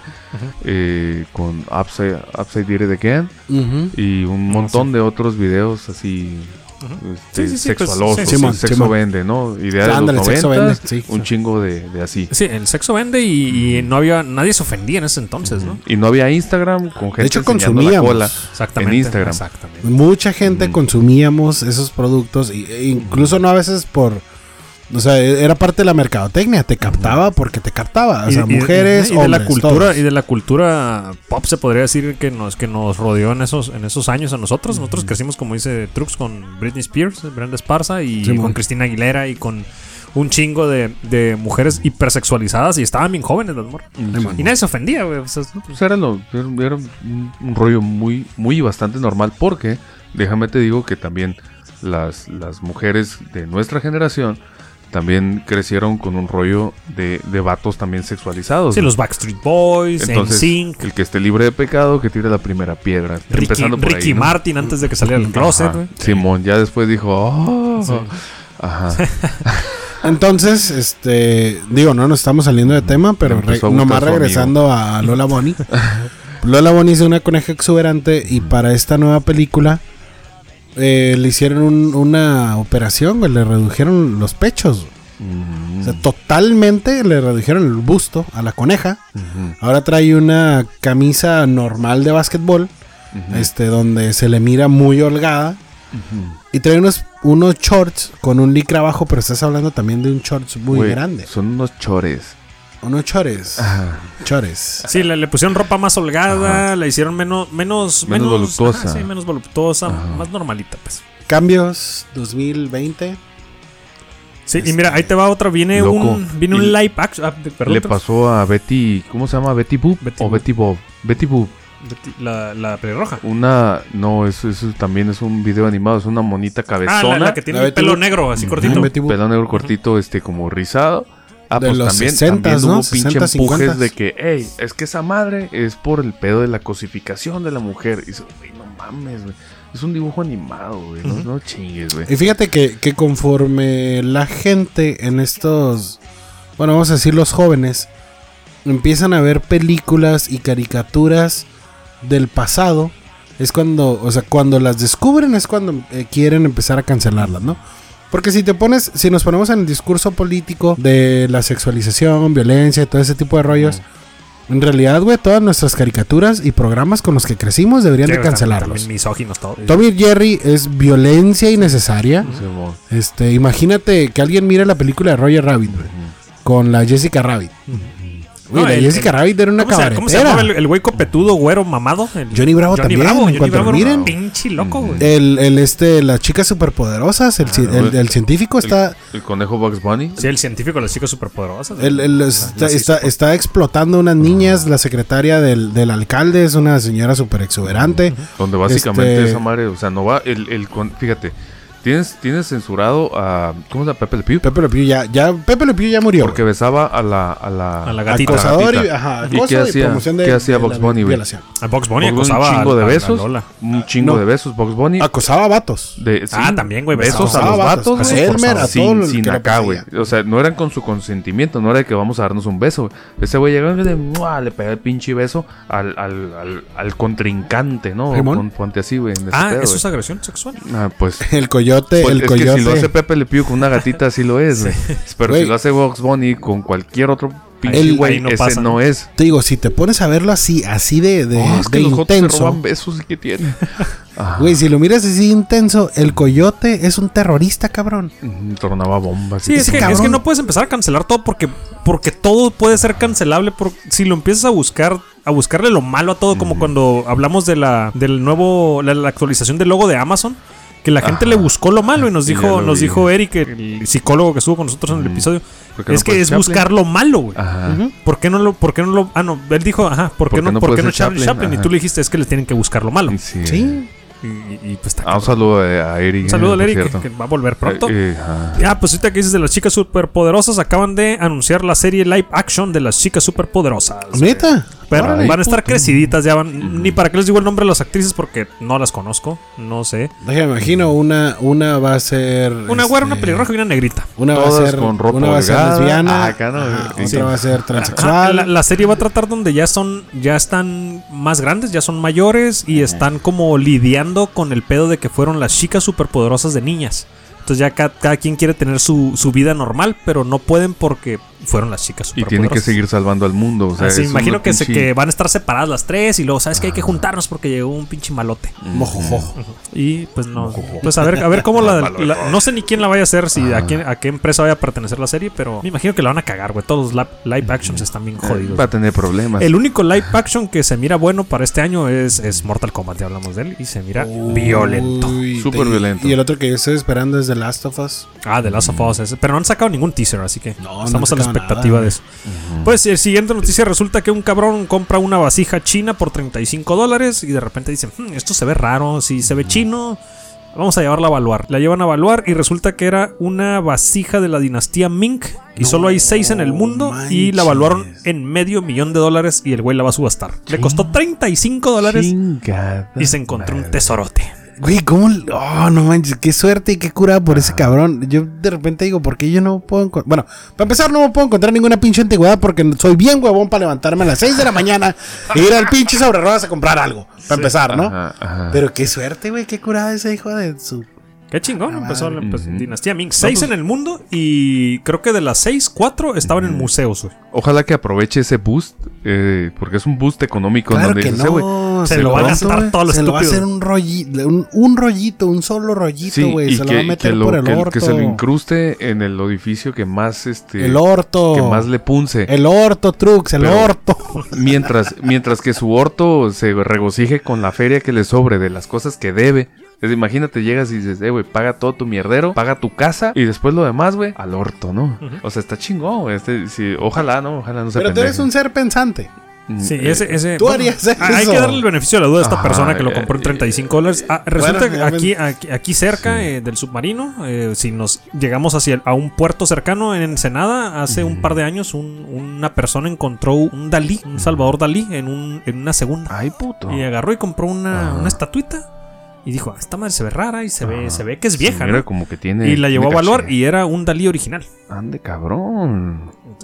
Speaker 4: eh, con Upside, Upside Did It Again
Speaker 3: Ujú.
Speaker 4: y un montón de otros videos así este,
Speaker 2: Ah, Sí, sí, sí, pues,
Speaker 4: sexualoso,
Speaker 2: sí,
Speaker 4: el
Speaker 3: Simón,
Speaker 4: sexo
Speaker 3: Simón.
Speaker 4: vende, ¿no? Idea de
Speaker 3: Ándale, el
Speaker 4: los
Speaker 3: sexo
Speaker 4: 90,
Speaker 3: vende, sí.
Speaker 4: un chingo de, de así.
Speaker 2: Sí, el sexo vende y, y no había nadie se ofendía en ese entonces, ¿no?
Speaker 4: Y no había Instagram con gente
Speaker 3: hecho,
Speaker 4: enseñando la
Speaker 3: consumíamos.
Speaker 4: cola
Speaker 2: Exactamente.
Speaker 4: en Instagram.
Speaker 2: Exactamente.
Speaker 3: Mucha gente consumíamos esos productos, y- e incluso no a veces por. O sea, e, era parte de la mercadotecnia, te captaba porque te captaba. O sea,
Speaker 2: Y- y-
Speaker 3: mujeres,
Speaker 2: y, de
Speaker 3: hombres,
Speaker 2: la cultura
Speaker 3: todos.
Speaker 2: y de la cultura pop se podría decir que nos que nos rodeó en esos en esos años a nosotros nosotros crecimos como dice Trux con Britney Spears Brenda Esparza y
Speaker 3: Simón.
Speaker 2: con Cristina Aguilera y con un chingo de, de mujeres hipersexualizadas y estaban bien jóvenes las morras y nadie se ofendía güey o sea,
Speaker 4: Pues era, lo, era, era un, un rollo muy, muy y bastante normal porque, déjame te digo que también las, las mujeres de nuestra generación también crecieron con un rollo de, de vatos también sexualizados.
Speaker 2: sí,
Speaker 4: ¿no?
Speaker 2: los Backstreet Boys
Speaker 4: Entonces,
Speaker 2: NSYNC
Speaker 4: el que esté libre de pecado, que tire la primera piedra.
Speaker 2: Ricky,
Speaker 4: empezando por
Speaker 2: Ricky
Speaker 4: ahí, ¿no?
Speaker 2: Martin antes de que saliera del closet
Speaker 4: Ajá.
Speaker 2: güey.
Speaker 4: Simón ya después dijo, "Oh". Ajá.
Speaker 3: Entonces, este, digo, no nos estamos saliendo de tema, pero
Speaker 4: Le
Speaker 3: re-
Speaker 4: empezó a gustar
Speaker 3: nomás
Speaker 4: su amigo.
Speaker 3: regresando a Lola Bonnie. Lola Bonnie es una coneja exuberante y para esta nueva película eh, le hicieron un- una operación, güey, le redujeron los pechos. güey. O sea, totalmente le redujeron el busto a la coneja. Ahora trae una camisa normal de básquetbol, este, donde se le mira muy holgada. Y trae unos, unos shorts con un licra abajo, pero estás hablando también de un shorts muy
Speaker 4: Güey, Ah.
Speaker 3: grande.
Speaker 4: Son unos chores.
Speaker 3: Unos chores. Chores.
Speaker 2: Sí, le, le pusieron ropa más holgada, le hicieron menos, menos,
Speaker 4: Menos voluptuosa.
Speaker 2: ajá, sí, menos voluptuosa,
Speaker 4: Ajá.
Speaker 2: más normalita, pues.
Speaker 3: Cambios 2020.
Speaker 2: Sí, y mira, ahí te va otra, viene
Speaker 4: Loco.
Speaker 2: un, viene
Speaker 4: Y-
Speaker 2: un live action. ah, de- perdón,
Speaker 4: Le
Speaker 2: te-
Speaker 4: pasó a Betty, ¿cómo se llama? Betty Boop
Speaker 2: Betty
Speaker 4: o
Speaker 2: Boop.
Speaker 4: Betty Bob. Betty Boop.
Speaker 2: de ti- la, la pelirroja.
Speaker 4: Una, no, eso, eso también es un video animado, es una monita
Speaker 2: Ah, la,
Speaker 4: cabezona,
Speaker 2: la que tiene
Speaker 3: La
Speaker 2: el
Speaker 3: Betty
Speaker 2: pelo
Speaker 3: Boop.
Speaker 2: negro, así
Speaker 3: Mm,
Speaker 2: cortito.
Speaker 3: Betty Boop.
Speaker 4: pelo negro cortito, este, como rizado. Ah,
Speaker 3: De
Speaker 4: pues
Speaker 3: los
Speaker 4: también,
Speaker 3: 60s,
Speaker 4: también hubo
Speaker 3: ¿no?
Speaker 4: pinche
Speaker 3: 60s,
Speaker 4: empujes
Speaker 3: 50s.
Speaker 4: de que, hey, es que esa madre es por el pedo de la cosificación de la mujer. Y dices, "Güey, no mames, güey. Es un dibujo animado, güey. no- No, chingues, güey.
Speaker 3: Y fíjate que, que conforme la gente en estos, bueno, vamos a decir los jóvenes, empiezan a ver películas y caricaturas del pasado, es cuando, o sea, cuando las descubren es cuando eh, quieren empezar a cancelarlas, ¿no? Porque si te pones, si nos ponemos en el discurso político de la sexualización, violencia y todo ese tipo de rollos, en realidad, güey, todas nuestras caricaturas y programas con los que crecimos deberían
Speaker 2: Sí,
Speaker 3: de
Speaker 2: también-
Speaker 3: cancelarlos.
Speaker 2: también misóginos todo.
Speaker 3: Tommy y Jerry es violencia innecesaria.
Speaker 4: Simón.
Speaker 3: Este, imagínate que alguien mire la película de Roger Rabbit, güey, con la Jessica Rabbit. Güey,
Speaker 2: No,
Speaker 3: la
Speaker 2: el-
Speaker 3: Jessica
Speaker 2: el-
Speaker 3: Rabbit era una
Speaker 2: ¿Cómo se,
Speaker 3: cabaretera.
Speaker 2: ¿Cómo se llamaba el, el güey copetudo, güero, mamado? El-
Speaker 3: Johnny Bravo también, en
Speaker 2: Johnny
Speaker 3: cuanto
Speaker 2: Bravo
Speaker 3: lo
Speaker 2: era
Speaker 3: miren.
Speaker 2: un pinche loco, güey.
Speaker 3: el, el este, las chicas superpoderosas, el, ci-
Speaker 4: no,
Speaker 3: el,
Speaker 4: el-
Speaker 3: el científico está,
Speaker 4: El conejo Bugs Bunny.
Speaker 2: Sí, el científico, las chicas superpoderosas.
Speaker 3: el- el-
Speaker 2: Las-
Speaker 3: está,
Speaker 2: las-
Speaker 3: está- está explotando unas niñas, la secretaria del, del alcalde es una señora super exuberante.
Speaker 4: Donde básicamente
Speaker 3: Este-
Speaker 4: esa madre, o sea, no va, el, el con- fíjate, tienes, tienes censurado a, ¿cómo se llama? Pepe Le Pew.
Speaker 3: Pepe Le Pew ya, ya, Pepe Le Pew ya murió.
Speaker 4: Porque besaba a la, a la,
Speaker 2: A la gatita.
Speaker 3: Acosador y,
Speaker 4: gatita.
Speaker 3: ajá,
Speaker 4: ¿Y
Speaker 3: acoso
Speaker 4: qué
Speaker 3: y
Speaker 4: hacía,
Speaker 3: promoción de-
Speaker 4: qué hacía
Speaker 3: de la
Speaker 4: Box Bunny, güey?
Speaker 3: violación.
Speaker 2: A Box Bunny
Speaker 4: Ponía
Speaker 2: acosaba
Speaker 4: un
Speaker 2: a-
Speaker 4: chingo
Speaker 2: a
Speaker 4: de
Speaker 2: la
Speaker 4: besos,
Speaker 2: Lola.
Speaker 4: un chingo
Speaker 3: no. Ah,
Speaker 4: de besos, Box Bunny.
Speaker 3: Acosaba a vatos.
Speaker 4: De,
Speaker 2: Ah, también, güey, besos.
Speaker 4: Besos a los
Speaker 3: Besos a
Speaker 4: vatos.
Speaker 3: vatos,
Speaker 4: güey.
Speaker 3: a Elmer, a
Speaker 4: sin,
Speaker 3: todo lo que
Speaker 4: sin
Speaker 3: le
Speaker 4: acá, güey.
Speaker 3: perseguía.
Speaker 4: O sea, no eran con su consentimiento, no era de que vamos a darnos un beso. güey. Ese güey llegaba y de, ¡mua! le pegaba el pinche beso al, al, al, al contrincante, ¿no?
Speaker 3: Simón.
Speaker 4: Pon- ponte así, güey. en ese
Speaker 2: Ah,
Speaker 4: pedo,
Speaker 2: eso
Speaker 4: güey.
Speaker 2: es agresión sexual.
Speaker 4: Ah, pues.
Speaker 3: El coyote,
Speaker 4: Pues,
Speaker 3: el
Speaker 4: es
Speaker 3: coyote.
Speaker 4: que si lo hace Pepe Le Pew con una gatita, así lo es, güey. Pero
Speaker 3: Güey.
Speaker 4: si lo hace Box Bunny con cualquier otro
Speaker 3: Ahí-
Speaker 4: pinche
Speaker 2: ahí
Speaker 4: güey,
Speaker 2: no
Speaker 4: ese
Speaker 2: pasa.
Speaker 4: no es.
Speaker 3: Te digo, si te pones a verlo así, así de, de,
Speaker 4: Oh, es que
Speaker 3: de
Speaker 4: los jotos se
Speaker 3: intenso.
Speaker 4: roban besos y que tienen.
Speaker 3: Güey, si lo miras así de intenso, el coyote es un terrorista, cabrón.
Speaker 4: Tornaba bombas.
Speaker 2: Sí,
Speaker 4: y-
Speaker 2: es que,
Speaker 3: cabrón.
Speaker 2: es que no puedes empezar a cancelar todo porque, porque todo puede ser cancelable por, si lo empiezas a buscar, a buscarle lo malo a todo, como cuando hablamos de la del nuevo, la, la actualización del logo de Amazon, que la gente
Speaker 4: Ajá.
Speaker 2: le buscó lo malo y nos
Speaker 4: Sí, ya
Speaker 2: dijo,
Speaker 4: lo
Speaker 2: nos
Speaker 4: vi.
Speaker 2: dijo Eric, el psicólogo que estuvo con nosotros en el episodio,
Speaker 4: ¿Por qué no
Speaker 2: es que
Speaker 4: puede
Speaker 2: es
Speaker 4: ser Chaplin?
Speaker 2: buscar lo malo, güey.
Speaker 4: Ajá.
Speaker 2: ¿Por qué no lo, por qué no lo, ah no, él dijo, ajá, ¿por qué no, por
Speaker 4: puede
Speaker 2: qué no
Speaker 4: ser
Speaker 2: Charlie
Speaker 4: Chaplin?
Speaker 2: Chaplin? Y
Speaker 4: Ajá.
Speaker 2: tú le dijiste, es que le tienen que buscar lo malo.
Speaker 4: Sí.
Speaker 3: Sí.
Speaker 2: Y, y, pues está
Speaker 4: Ah, un
Speaker 2: cabrón.
Speaker 4: saludo eh, a Eric.
Speaker 2: Un saludo
Speaker 4: eh,
Speaker 2: al
Speaker 4: por
Speaker 2: Eric,
Speaker 4: cierto.
Speaker 2: que, que va a volver pronto.
Speaker 4: Eh, eh, ajá.
Speaker 2: Ya, pues ahorita que dices de las chicas superpoderosas, acaban de anunciar la serie live action de las chicas superpoderosas.
Speaker 3: ¿Neta?
Speaker 2: Pero
Speaker 3: Órale,
Speaker 2: van a estar
Speaker 3: puto.
Speaker 2: creciditas, ya van. Ni para qué les digo el nombre de las actrices porque no las conozco. No sé.
Speaker 3: Déjame imagino, una, una va a ser.
Speaker 2: Una güera,
Speaker 3: este,
Speaker 2: una pelirroja y una negrita.
Speaker 3: Una va a
Speaker 4: Todas
Speaker 3: ser.
Speaker 4: con ropa
Speaker 3: una va a ser
Speaker 4: holgada.
Speaker 3: lesbiana.
Speaker 4: Ah, acá no,
Speaker 3: ajá,
Speaker 4: sí.
Speaker 3: Otra va a ser
Speaker 2: Ajá,
Speaker 3: transexual.
Speaker 2: la, la serie va a tratar donde ya son, ya están más grandes, ya son mayores y están como lidiando con el pedo de que fueron las chicas superpoderosas de niñas. Entonces ya ca- cada, quien quiere tener su, su vida normal, pero no pueden porque fueron las chicas
Speaker 4: Y
Speaker 2: superpoderosas.
Speaker 4: tiene que seguir salvando al mundo. O
Speaker 3: Ah,
Speaker 4: sea,
Speaker 2: Así,
Speaker 4: es
Speaker 2: imagino
Speaker 4: una
Speaker 2: que, se,
Speaker 4: pinche-
Speaker 2: que van a estar separadas las tres y luego sabes que hay que juntarnos porque llegó un pinche malote.
Speaker 3: Mojojojo.
Speaker 2: Y pues no. Pues a ver, a ver cómo la, la- No sé ni quién la vaya a hacer, si a, quién, a qué empresa vaya a pertenecer la serie, pero me imagino que la van a cagar, güey. Todos los lap- live actions están bien jodidos.
Speaker 4: Va a tener problemas.
Speaker 2: El único live action que se mira bueno para este año es, es Mortal Kombat, ya hablamos de él, y se mira
Speaker 4: Uh,
Speaker 2: violento.
Speaker 3: Uy,
Speaker 4: Súper
Speaker 3: te-
Speaker 4: violento.
Speaker 3: Y el otro que yo estoy esperando es The Last of Us.
Speaker 2: Ah, de Last of Us, ese. pero no han sacado ningún teaser, así que
Speaker 3: No, no
Speaker 2: estamos
Speaker 3: han
Speaker 2: a la
Speaker 3: sacado
Speaker 2: expectativa
Speaker 3: nada,
Speaker 2: de eso. Pues el siguiente noticia resulta que un cabrón compra una vasija china por 35 dólares y de repente dicen, "Hmm, esto se ve raro, si se ve chino, vamos a llevarla a evaluar. La llevan a evaluar y resulta que era una vasija de la dinastía Ming y solo hay 6 en el mundo y la
Speaker 3: manches.
Speaker 2: evaluaron en medio millón de dólares y el güey la va a subastar. Le costó 35 dólares
Speaker 4: Chingada
Speaker 2: y se encontró un tesorote.
Speaker 3: Güey, ¿cómo? l- Oh, no manches, qué suerte y qué cura por
Speaker 4: Ah.
Speaker 3: ese cabrón. Yo de repente digo, ¿por qué yo no puedo encontrar? Bueno, para empezar, no puedo encontrar ninguna pinche antigüedad porque soy bien huevón para levantarme a las 6 de la mañana e ir al pinche sobre ruedas a comprar algo. Para empezar, ¿no?
Speaker 4: Ajá, ajá.
Speaker 3: Pero qué suerte, güey, qué curada ese hijo de su.
Speaker 2: Qué chingón,
Speaker 3: Ah,
Speaker 2: empezó la pues,
Speaker 4: Ujú.
Speaker 2: dinastía Ming. Seis en el mundo y creo que de las seis, cuatro estaban en museos. güey.
Speaker 4: Ojalá que aproveche ese boost, eh, porque es un boost económico.
Speaker 3: Claro
Speaker 4: donde
Speaker 3: que
Speaker 4: dices, "Eh, güey,
Speaker 3: no.
Speaker 2: se lo va a gastar
Speaker 3: güey,
Speaker 2: todo lo
Speaker 3: Se lo va a
Speaker 2: estúpido.
Speaker 3: hacer un rollito, un, un rollito, un solo rollito,
Speaker 4: Sí,
Speaker 3: güey.
Speaker 4: y
Speaker 3: se
Speaker 4: que,
Speaker 3: lo va a
Speaker 4: y
Speaker 3: meter
Speaker 4: que lo-
Speaker 3: por el
Speaker 4: que-
Speaker 3: orto.
Speaker 4: que se lo incruste en el edificio que más este
Speaker 3: el orto.
Speaker 4: que más le punce.
Speaker 3: El orto, Trux, el
Speaker 4: Pero-
Speaker 3: orto.
Speaker 4: Mientras, mientras que su orto se regocije con la feria que le sobre de las cosas que debe. Entonces, imagínate, llegas y dices, eh, güey, paga todo tu mierdero, paga tu casa y después lo demás, güey, al orto, ¿no? O sea, está chingón, güey, este, sí, ojalá, ¿no? Ojalá no se
Speaker 3: Pero tú eres un
Speaker 4: pendejen.
Speaker 3: ser pensante.
Speaker 4: Mm,
Speaker 2: Sí,
Speaker 4: eh,
Speaker 2: ese, ese-
Speaker 3: tú harías
Speaker 2: ah, Hay
Speaker 3: eso.
Speaker 2: que darle el beneficio de la duda a esta
Speaker 4: Ajá,
Speaker 2: persona que lo
Speaker 4: eh,
Speaker 2: compró en
Speaker 4: eh,
Speaker 2: 35 dólares. Ah, resulta
Speaker 3: bueno,
Speaker 2: que
Speaker 3: ya ven.
Speaker 2: aquí, aquí, aquí cerca eh, del submarino, eh, si nos llegamos hacia el- a un puerto cercano en Ensenada, hace un par de años un- una persona encontró un Dalí, un Salvador Dalí, en, un, en una segunda.
Speaker 4: Ay,
Speaker 3: Ah,
Speaker 4: puto.
Speaker 2: Y agarró y compró una,
Speaker 4: Ajá.
Speaker 2: una estatuita. Y dijo, "Ah, esta madre se ve rara y se ve,
Speaker 4: Ajá.
Speaker 2: se ve que es
Speaker 4: Sí,
Speaker 2: vieja,
Speaker 4: mira,
Speaker 2: ¿no?
Speaker 4: como que tiene...
Speaker 2: Y la llevó a
Speaker 4: tiene
Speaker 2: evaluar
Speaker 4: caché.
Speaker 2: y era un Dalí original.
Speaker 4: Ande, cabrón.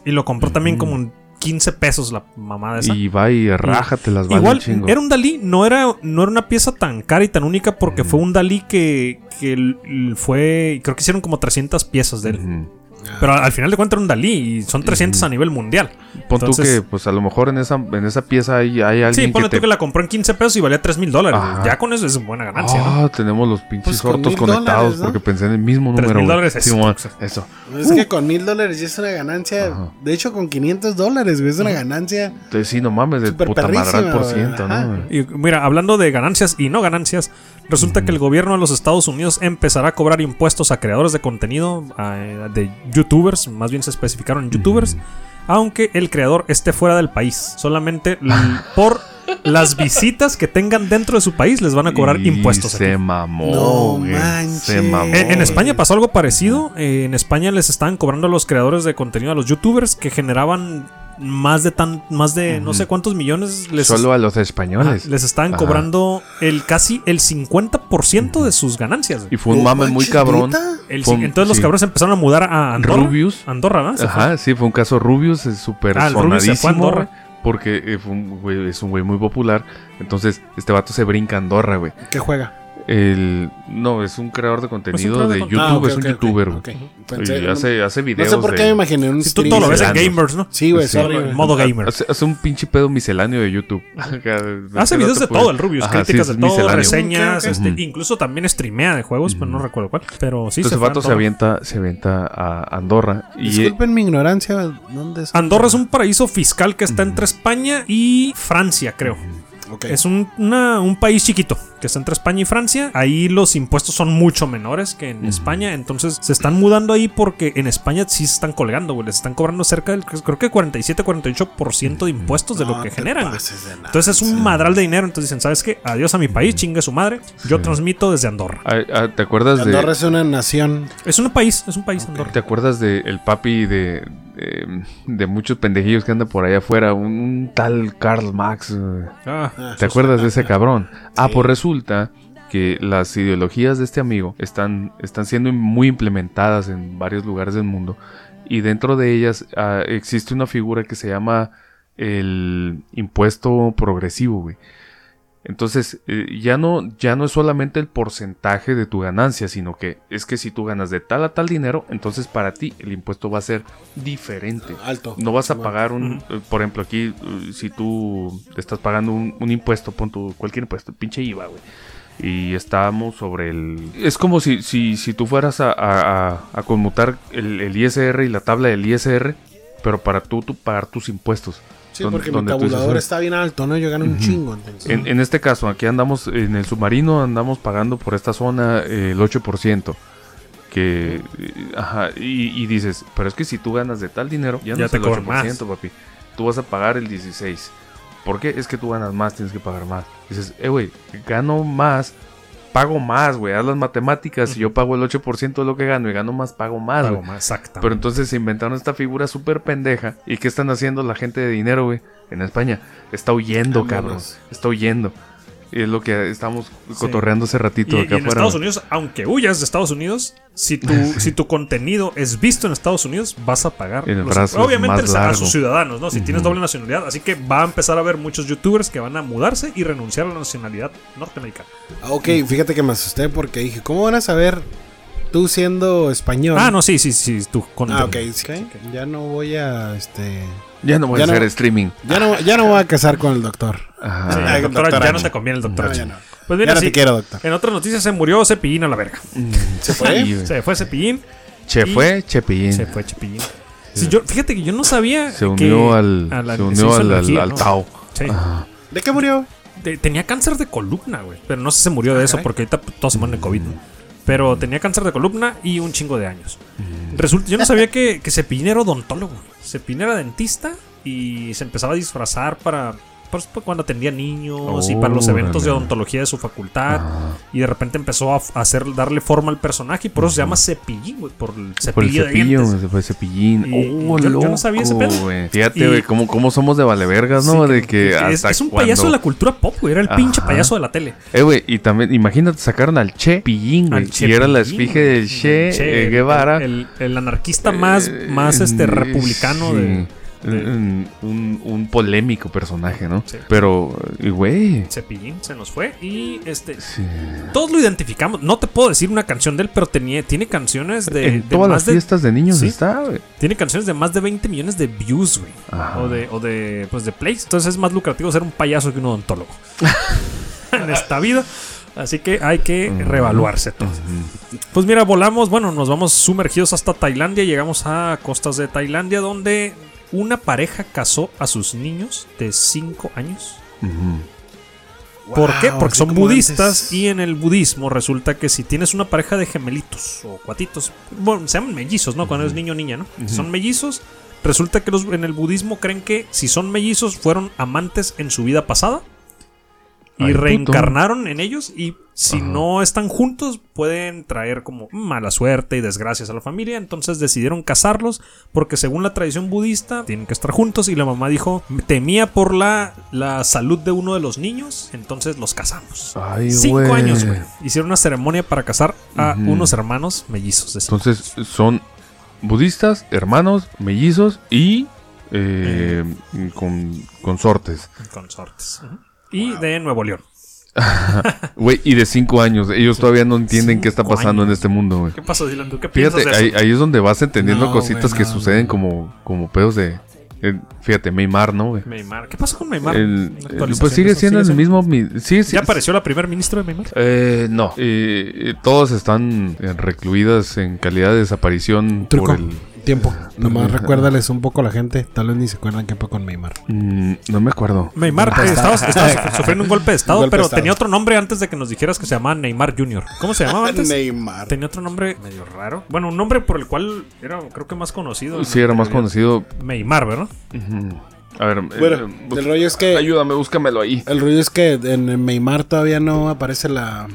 Speaker 2: Y lo compró también como en 15 pesos la mamada esa.
Speaker 4: Y va y rájate las vale un
Speaker 2: Igual,
Speaker 4: chingo.
Speaker 2: era un Dalí, no era, no era una pieza tan cara y tan única porque fue un Dalí que, que l- l- fue, creo que hicieron como 300 piezas de él.
Speaker 4: Ujú.
Speaker 2: Pero al final de cuentas era un Dalí y son 300 a nivel mundial.
Speaker 4: Pon tú
Speaker 2: Entonces-
Speaker 4: que, pues a lo mejor en esa, en esa pieza hay, hay alguien
Speaker 2: Sí, ponle
Speaker 4: que te...
Speaker 2: tú que la compró en 15 pesos y valía 3 mil dólares.
Speaker 4: Ajá.
Speaker 2: Ya con eso es buena ganancia, ¿no?
Speaker 4: Ah, tenemos los pinches
Speaker 3: Pues con
Speaker 4: cortos
Speaker 3: mil
Speaker 4: conectados
Speaker 3: dólares, ¿no?
Speaker 4: porque pensé en el mismo
Speaker 2: Tres
Speaker 4: número.
Speaker 2: mil
Speaker 4: güey.
Speaker 2: dólares,
Speaker 4: Sí,
Speaker 2: eso.
Speaker 4: bueno, eso.
Speaker 3: Pues Es
Speaker 2: Uh.
Speaker 3: que con mil dólares ya es una ganancia.
Speaker 4: Ajá.
Speaker 3: De hecho, con 500 dólares, güey, es una ganancia.
Speaker 4: Entonces, sí, no mames, de
Speaker 3: Súper
Speaker 4: puta madre al
Speaker 3: perrísima,
Speaker 4: por
Speaker 3: güey.
Speaker 4: ciento,
Speaker 3: Ajá.
Speaker 4: ¿no? güey?
Speaker 2: Y mira, hablando de ganancias y no ganancias, resulta que el gobierno de los Estados Unidos empezará a cobrar impuestos a creadores de contenido, a, eh, de youtubers, más bien se especificaron youtubers, aunque el creador esté fuera del país. Solamente l- por las visitas que tengan dentro de su país les van a cobrar
Speaker 4: Y
Speaker 2: impuestos. aquí.
Speaker 4: Se mamó.
Speaker 3: No
Speaker 4: güey, Se
Speaker 3: manches.
Speaker 4: mamó.
Speaker 2: En, en
Speaker 4: güey.
Speaker 2: España pasó algo parecido. Eh, en España les estaban cobrando a los creadores de contenido, a los youtubers que generaban más de tan, más de no sé cuántos millones les
Speaker 4: Solo a los
Speaker 2: Ajá,
Speaker 4: españoles.
Speaker 2: Ah, les estaban
Speaker 4: Ajá.
Speaker 2: cobrando el casi el 50% de sus ganancias. güey.
Speaker 4: Y fue un
Speaker 3: No
Speaker 4: mame muy
Speaker 3: manches,
Speaker 4: cabrón.
Speaker 3: ¿neta?
Speaker 2: El
Speaker 4: Fue
Speaker 2: cin-
Speaker 4: un-
Speaker 2: entonces los
Speaker 4: sí.
Speaker 2: cabrones empezaron a mudar a Andorra.
Speaker 4: Rubius.
Speaker 2: Andorra, ¿verdad? Se fue.
Speaker 4: Ajá, sí, fue un caso Rubius, es súper
Speaker 2: Ah, el Rubius se fue a
Speaker 4: sonadísimo.
Speaker 2: Andorra.
Speaker 4: güey, Porque eh, fue un güey- es un güey muy popular. Entonces, este vato se brinca a Andorra, güey.
Speaker 3: Que juega.
Speaker 4: El, no, es un creador
Speaker 3: Pues
Speaker 4: de contenido
Speaker 2: creador
Speaker 4: de,
Speaker 2: de
Speaker 4: YouTube,
Speaker 2: contenido.
Speaker 3: Ah, ok,
Speaker 4: es un
Speaker 3: ok, ok,
Speaker 4: youtuber, güey.
Speaker 3: ok. Pensé-
Speaker 4: Y hace, hace
Speaker 3: no
Speaker 4: videos.
Speaker 3: sé por qué
Speaker 4: de-
Speaker 3: me imaginé un
Speaker 2: Si tú todo lo ves en
Speaker 4: Misceláneos.
Speaker 2: gamers, ¿no?
Speaker 3: Sí, güey,
Speaker 4: Sí.
Speaker 3: sorry,
Speaker 2: En
Speaker 3: güey.
Speaker 2: modo gamer.
Speaker 4: Hace, hace un pinche pedo misceláneo de YouTube. Hace
Speaker 2: Hace videos de todo el Rubius, críticas de todo, reseñas,
Speaker 3: Ok, ok.
Speaker 2: este,
Speaker 4: Ujú.
Speaker 2: incluso también streamea de juegos, pero no recuerdo cuál. Pero sí,
Speaker 4: Entonces el
Speaker 2: fue a
Speaker 4: vato se
Speaker 2: Andorra.
Speaker 4: avienta, se avienta a Andorra. Y eh,
Speaker 3: Disculpen mi ignorancia. ¿Dónde es?
Speaker 2: Andorra es un paraíso fiscal que está entre España y Francia, creo.
Speaker 3: Ok.
Speaker 2: Es un, una- un país chiquito que está entre España y Francia. Ahí los impuestos son mucho menores que en España. Entonces se están mudando ahí porque en España sí se están colgando, güey. Les están cobrando cerca del, creo que 47-48% de impuestos de lo
Speaker 3: No
Speaker 2: que
Speaker 3: te
Speaker 2: generan. güey.
Speaker 3: pases de lanza.
Speaker 2: Entonces es un madral de dinero. Entonces dicen, ¿sabes qué? Adiós a mi país, chingue su madre. Yo transmito desde Andorra.
Speaker 4: ah, ah, ¿te acuerdas
Speaker 3: Andorra
Speaker 4: de
Speaker 3: es una nación.
Speaker 2: Es un país, es un país Andorra.
Speaker 4: te acuerdas de el papi de eh, de muchos pendejillos que andan por allá afuera, un, un tal Karl Marx. eh,
Speaker 2: Ah,
Speaker 4: ¿Te acuerdas de ese cabrón? Ah, pues resulta que las ideologías de este amigo están, están siendo muy implementadas en varios lugares del mundo y dentro de ellas ah, existe una figura que se llama el impuesto progresivo, güey. Entonces, eh, ya, no, ya no es solamente el porcentaje de tu ganancia, sino que es que si tú ganas de tal a tal dinero, entonces para ti el impuesto va a ser diferente.
Speaker 3: Alto.
Speaker 4: No vas a pagar un, eh, por ejemplo, aquí, eh, si tú estás pagando un, un impuesto, pon tu- cualquier impuesto, pinche IVA, güey. Y estábamos sobre el... Es como si, si, si tú fueras a, a- a- a conmutar el, el ISR y la tabla del ISR, pero para tú, tú pagar tus impuestos.
Speaker 3: Sí,
Speaker 4: Donde-
Speaker 3: porque mi
Speaker 4: donde tú dices,
Speaker 3: tabulador
Speaker 4: "Ah,
Speaker 3: está bien alto, ¿no? Yo gano un chingo, entonces.
Speaker 4: en, en este caso, aquí andamos en el submarino, andamos pagando por esta zona eh, el 8%. Que, eh, ajá, y, y dices, pero es que si tú ganas de tal dinero, ya,
Speaker 2: Ya
Speaker 4: no es
Speaker 2: te
Speaker 4: el
Speaker 2: cobran
Speaker 4: 8%, papi. Tú vas a pagar el 16%. ¿Por qué? Es que tú ganas más, tienes que pagar más. Dices, eh, güey, gano más, pago más, güey. Haz las matemáticas, si yo pago el 8% de lo que gano y gano más, pago más,
Speaker 2: pago
Speaker 4: güey.
Speaker 2: más, exacto.
Speaker 4: Pero entonces se inventaron esta figura súper pendeja. ¿Y qué están haciendo la gente de dinero, güey? En España. Está huyendo, cabrón.
Speaker 3: Vámonos.
Speaker 4: Está huyendo. Y es lo que estamos cotorreando hace
Speaker 2: Y,
Speaker 4: ratito
Speaker 2: y
Speaker 4: acá
Speaker 2: en
Speaker 4: afuera.
Speaker 2: Estados
Speaker 4: güey.
Speaker 2: Unidos, aunque huyas de Estados Unidos, si tu, si tu contenido es visto en Estados Unidos, vas a pagar.
Speaker 4: El brazo es
Speaker 2: obviamente
Speaker 4: más
Speaker 2: el- a
Speaker 4: largo.
Speaker 2: sus ciudadanos, ¿no? Si tienes doble nacionalidad. Así que va a empezar a haber muchos youtubers que van a mudarse y renunciar a la nacionalidad norteamericana.
Speaker 3: Ah, Ok, fíjate que me asusté porque dije, ¿cómo van a saber tú siendo español?
Speaker 2: Ah, no, sí, sí, sí. Tu contenido.
Speaker 3: Ah, ok, sí, ok. Ya no voy a, este...
Speaker 4: Ya no voy
Speaker 3: Ya
Speaker 4: a
Speaker 3: no-
Speaker 4: hacer streaming.
Speaker 3: Ya no, ya no voy a casar con el doctor.
Speaker 4: Ajá.
Speaker 2: Sí,
Speaker 3: Ah,
Speaker 2: el doctor
Speaker 3: doctor
Speaker 2: ya
Speaker 3: H.
Speaker 2: no te conviene el doctor.
Speaker 3: No,
Speaker 2: H.
Speaker 3: ya no.
Speaker 2: Pues
Speaker 3: Ya
Speaker 2: bien,
Speaker 3: no
Speaker 2: así,
Speaker 3: te quiero, doctor.
Speaker 2: en otras noticias se murió Cepillín a la verga.
Speaker 3: ¿Se fue?
Speaker 4: Sí, güey.
Speaker 2: Se fue Cepillín.
Speaker 4: Che
Speaker 2: Y-
Speaker 4: fue, Chepillín.
Speaker 2: Se fue Cepillín. Sí, yo, fíjate que yo no sabía.
Speaker 4: Se unió
Speaker 2: que-
Speaker 4: al-
Speaker 2: a la-
Speaker 4: se
Speaker 2: hizo
Speaker 4: unió al, al,
Speaker 2: energía,
Speaker 4: al
Speaker 2: ¿no?
Speaker 4: Tao. Ah.
Speaker 2: Sí.
Speaker 4: Ajá.
Speaker 3: ¿De qué murió?
Speaker 2: Te- tenía cáncer de columna, güey. Pero no sé si se murió de eso
Speaker 3: caray.
Speaker 2: porque ahorita pues, todos se mueren de COVID. ¿no?
Speaker 4: Mm.
Speaker 2: Pero tenía cáncer de columna y un chingo de años. Resulta, yo no sabía que, que Cepillín era odontólogo. güey. Cepillín era dentista y se empezaba a disfrazar para. pues, pues, cuando atendía niños y para los eventos de
Speaker 4: Órale.
Speaker 2: odontología de su facultad. Y de repente empezó a f- hacer, darle forma al personaje y por eso se llama Cepillín, güey. Por el cepillo,
Speaker 4: Por Ah, el
Speaker 2: de
Speaker 4: cepillo,
Speaker 2: dientes.
Speaker 4: se fue Cepillín.
Speaker 2: Y- y
Speaker 4: oh,
Speaker 2: yo-
Speaker 4: loco,
Speaker 2: yo no sabía ese pedo.
Speaker 4: güey.
Speaker 2: Y-
Speaker 4: Fíjate, güey, cómo, cómo somos de valevergas, ¿no?
Speaker 2: Sí,
Speaker 4: de que
Speaker 2: es,
Speaker 4: hasta
Speaker 2: es un payaso de
Speaker 4: cuando-
Speaker 2: la cultura pop, güey. Era el pinche
Speaker 4: Ajá.
Speaker 2: payaso de la tele.
Speaker 4: Eh, güey, y también, imagínate, sacaron al Che Pillín, güey.
Speaker 2: Al Che
Speaker 4: Y era la
Speaker 2: Pillín,
Speaker 4: esfinge del Che, eh,
Speaker 2: el-
Speaker 4: Guevara.
Speaker 2: El, el anarquista más,
Speaker 4: Eh,
Speaker 2: más este
Speaker 4: eh,
Speaker 2: republicano
Speaker 4: sí.
Speaker 2: de de-
Speaker 4: Un, un- un polémico personaje, ¿no?
Speaker 2: Sí.
Speaker 4: Pero, eh, güey.
Speaker 2: Cepillín, se nos fue. Y este.
Speaker 4: sí.
Speaker 2: Todos lo identificamos. No te puedo decir una canción de él, pero tenía, tiene canciones de,
Speaker 4: en
Speaker 2: de
Speaker 4: todas las
Speaker 2: más de.
Speaker 4: fiestas de niños
Speaker 2: sí.
Speaker 4: está, güey.
Speaker 2: Tiene canciones de más de 20 millones de views, güey.
Speaker 4: Ajá.
Speaker 2: O de, o de. Pues de plays. Entonces es más lucrativo ser un payaso que un odontólogo. en esta vida. Así que hay que reevaluarse todo. Pues mira, volamos, bueno, nos vamos sumergidos hasta Tailandia, llegamos a costas de Tailandia donde una pareja casó a sus niños de 5 años.
Speaker 4: Ujú.
Speaker 2: ¿Por
Speaker 3: Wow,
Speaker 2: qué? Porque
Speaker 3: así
Speaker 2: son
Speaker 3: como
Speaker 2: budistas
Speaker 3: antes.
Speaker 2: y en el budismo resulta que si tienes una pareja de gemelitos o cuatitos, bueno, se llaman mellizos, ¿no? Cuando eres niño o niña, ¿no? Si Son mellizos. Resulta que los, en el budismo creen que si son mellizos fueron amantes en su vida pasada y
Speaker 4: Ay, puto.
Speaker 2: reencarnaron en ellos y si no están juntos pueden traer como mala suerte y desgracias a la familia. Entonces decidieron casarlos porque según la tradición budista tienen que estar juntos y la mamá dijo temía por la, la salud de uno de los niños, entonces los casamos.
Speaker 4: Ay,
Speaker 2: Cinco
Speaker 4: güey.
Speaker 2: años, güey. Hicieron una ceremonia para casar a unos hermanos mellizos. de cinco.
Speaker 4: Entonces, son budistas, hermanos, mellizos y eh, con consortes.
Speaker 2: consortes. Ujú. Y de Nuevo León.
Speaker 4: Güey, y de cinco años. Ellos todavía no entienden qué está
Speaker 2: Cinco
Speaker 4: pasando en
Speaker 2: años.
Speaker 4: este mundo, güey.
Speaker 2: ¿Qué pasa, Dylan? ¿Tú qué piensas
Speaker 4: Fíjate,
Speaker 2: de eso?
Speaker 4: ahí, ahí es donde vas entendiendo
Speaker 3: No,
Speaker 4: cositas
Speaker 3: güey,
Speaker 4: que
Speaker 3: no,
Speaker 4: suceden como, como pedos de. eh, fíjate, Meymar, ¿no, güey?
Speaker 2: Neymar. ¿Qué pasa con Neymar?
Speaker 4: El-
Speaker 2: La
Speaker 4: el-
Speaker 2: actualización
Speaker 4: pues
Speaker 2: de
Speaker 4: sigue
Speaker 2: eso,
Speaker 4: siendo el
Speaker 2: siendo-
Speaker 4: mismo. mi- sigue si-
Speaker 2: ¿Ya apareció la primer ministro de Neymar?
Speaker 4: Eh, no. Eh, eh, todos están eh, recluidas en calidad de desaparición
Speaker 3: Truco.
Speaker 4: por el.
Speaker 3: Tiempo. Nomás
Speaker 4: Ajá.
Speaker 3: recuérdales un poco a la gente. Tal vez ni se acuerdan qué fue con Neymar.
Speaker 4: Mm, no me acuerdo.
Speaker 2: Neymar eh, estaba, estaba su- sufriendo un golpe de estado,
Speaker 3: Un golpe
Speaker 2: pero
Speaker 3: de estado.
Speaker 2: tenía otro nombre antes de que nos dijeras que se llamaba Neymar Jr. ¿Cómo se
Speaker 3: Ah,
Speaker 4: Ah,
Speaker 2: llamaba antes?
Speaker 3: Neymar.
Speaker 2: Tenía otro nombre medio raro. Bueno, un nombre por el cual era, creo que más conocido. ¿no?
Speaker 4: Sí, era más conocido.
Speaker 2: Neymar, ¿verdad?
Speaker 4: Ujú. A ver. eh,
Speaker 3: Bueno,
Speaker 4: bus-
Speaker 3: el rollo es que...
Speaker 4: Ayúdame, búscamelo ahí.
Speaker 3: El rollo es que en Neymar todavía no aparece la,